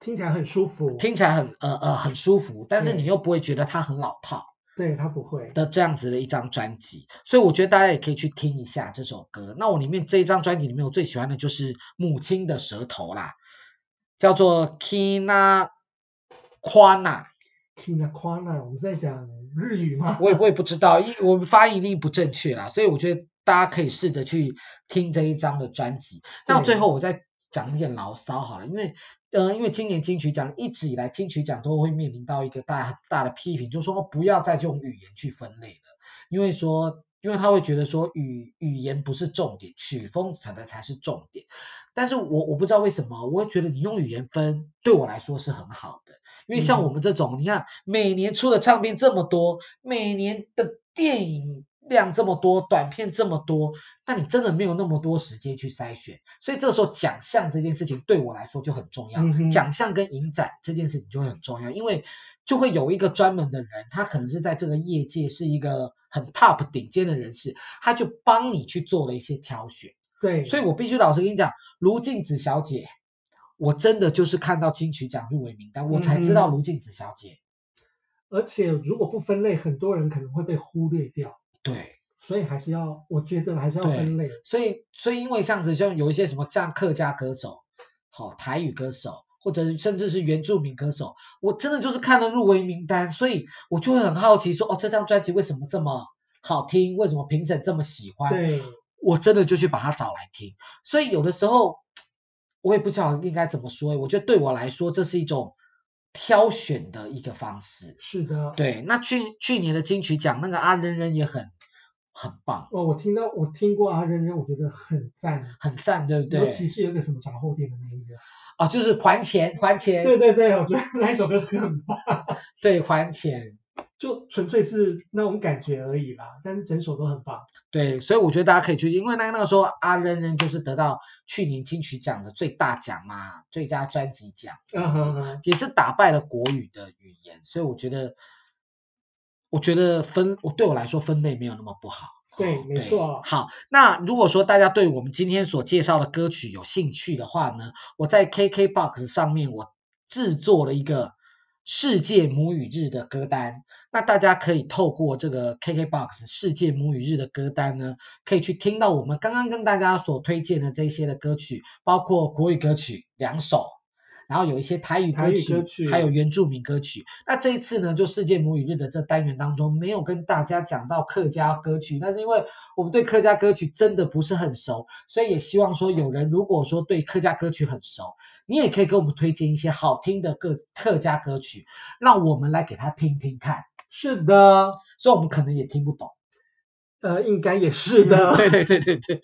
Speaker 14: 听起来很舒服。
Speaker 13: 听起来很呃呃很舒服，但是
Speaker 14: 对
Speaker 13: 你又不会觉得它很老套
Speaker 14: 对他不会。
Speaker 13: 的这样子的一张专辑，所以我觉得大家也可以去听一下这首歌。那我里面这一张专辑里面，我最喜欢的就是《母亲的舌头》啦，叫做 Kina Kwana，
Speaker 14: Kina Kwana，我们是在讲日语吗？
Speaker 13: 啊我也我也不知道，因我们发音一定不正确啦，所以我觉得大家可以试着去听这一张的专辑。那
Speaker 14: 对
Speaker 13: 最后我再讲一点牢骚好了，因为呃，因为今年金曲奖一直以来金曲奖都会面临到一个大很大的批评，就是说哦不要再用语言去分类了，因为说。因为他会觉得说语语言不是重点，曲风才才是重点。但是我我不知道为什么，我会觉得你用语言分对我来说是很好的，因为像我
Speaker 14: 嗯
Speaker 13: 们这种，你看每年出的唱片这么多，每年的电影量这么多，短片这么多，那你真的没有那么多时间去筛选，所以这时候奖项这件事情对我来说就很重要，
Speaker 14: 嗯哼
Speaker 13: 奖项跟影展这件事情就会很重要，因为就会有一个专门的人，他可能是在这个业界是一个很 top 顶尖的人士，他就帮你去做了一些挑选。
Speaker 14: 对，
Speaker 13: 所以我必须老实跟你讲，卢静子小姐，我真的就是看到金曲奖入围名单，我才知道
Speaker 14: 嗯哼
Speaker 13: 卢静子小姐。
Speaker 14: 而且如果不分类，很多人可能会被忽略掉，
Speaker 13: 对，
Speaker 14: 所以还是要，我觉得还是要分类。
Speaker 13: 所以所以因为这样子，像有一些什么像客家歌手，好台语歌手，或者是甚至是原住民歌手，我真的就是看了入围名单，所以我就会很好奇说，哦，这张专辑为什么这么好听？为什么评审这么喜欢？
Speaker 14: 对，
Speaker 13: 我真的就去把它找来听。所以有的时候我也不知道应该怎么说欸，我觉得对我来说这是一种挑选的一个方式。
Speaker 14: 是的。，
Speaker 13: 对，那去去年的金曲奖那个阿扔扔也很很棒，
Speaker 14: 哦，我听到我听过阿扔扔，我觉得很赞，
Speaker 13: 很赞，对不对
Speaker 14: 尤？其是有个什么杂货店的那一个。
Speaker 13: 啊，就是还钱还钱，
Speaker 14: 对对对，我觉得那一首歌很棒。
Speaker 13: 对还钱，
Speaker 14: 就纯粹是那种感觉而已啦。但是整首都很棒。
Speaker 13: 对，所以我觉得大家可以去，因为那那个时候阿扔扔就是得到去年金曲奖的最大奖嘛，最佳专辑奖，
Speaker 14: 嗯哼哼，
Speaker 13: 也是打败了国语的语言，所以我觉得，我觉得分我对我来说分类没有那么不好。哦
Speaker 14: 对，没错。
Speaker 13: 好，那如果说大家对我们今天所介绍的歌曲有兴趣的话呢，我在 KKBOX 上面我制作了一个世界母语日的歌单，那大家可以透过这个 KKBOX 世界母语日的歌单呢，可以去听到我们刚刚跟大家所推荐的这些的歌曲，包括国语歌曲两首。然后有一些台语歌曲，
Speaker 14: 歌曲
Speaker 13: 还有原住民歌曲。那这一次呢，就世界母语日的这单元当中，没有跟大家讲到客家歌曲，但是因为我们对客家歌曲真的不是很熟，所以也希望说有人如果说对客家歌曲很熟，你也可以给我们推荐一些好听的客客家歌曲，让我们来给他听听看。
Speaker 14: 是的，
Speaker 13: 所以我们可能也听不懂。
Speaker 14: 呃，应该也是的。
Speaker 13: 嗯对对对对对。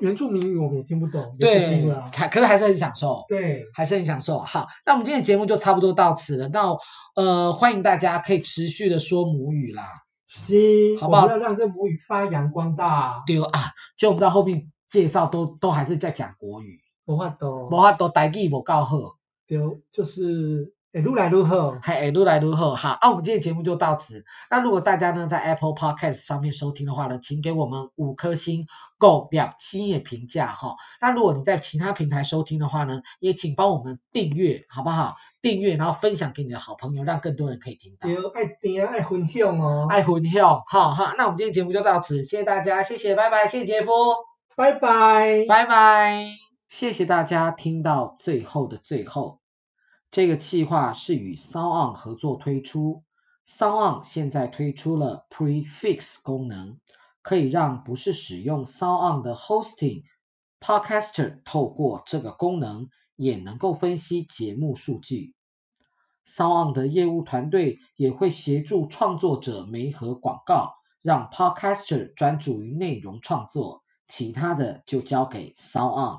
Speaker 14: 原住民语我们也听不懂，
Speaker 13: 对，
Speaker 14: 还
Speaker 13: 可是还是很享受，
Speaker 14: 对，
Speaker 13: 还是很享受。好，那我们今天的节目就差不多到此了。那呃，欢迎大家可以持续的说母语啦，
Speaker 14: 是，
Speaker 13: 好不好？
Speaker 14: 要让这母语发扬光大。
Speaker 13: 对啊，就我们到后面介绍都都还是在讲国语，
Speaker 14: 无法度，
Speaker 13: 无法度，台语无够好，
Speaker 14: 对，就是。哎，愈来愈好，
Speaker 13: 还哎，愈来愈好哈！啊，我们今天节目就到此。那如果大家呢在 Apple Podcast 上面收听的话呢，请给我们五颗星够两星的评价哈、哦。那如果你在其他平台收听的话呢，也请帮我们订阅，好不好？订阅，然后分享给你的好朋友，让更多人可以听到。
Speaker 14: 对，哦爱听爱分享哦，
Speaker 13: 爱分享，好哈。那我们今天节目就到此，谢谢大家，谢谢，拜拜，谢谢杰夫，
Speaker 14: 拜拜，
Speaker 13: 拜拜，谢谢大家听到最后的最后。这个计划是与 Sound On 合作推出，Sound On 现在推出了 Prefix 功能，可以让不是使用 Sound On 的 Hosting Podcaster 透过这个功能也能够分析节目数据。Sound On 的业务团队也会协助创作者媒合广告，让 Podcaster 专注于内容创作，其他的就交给 Sound On。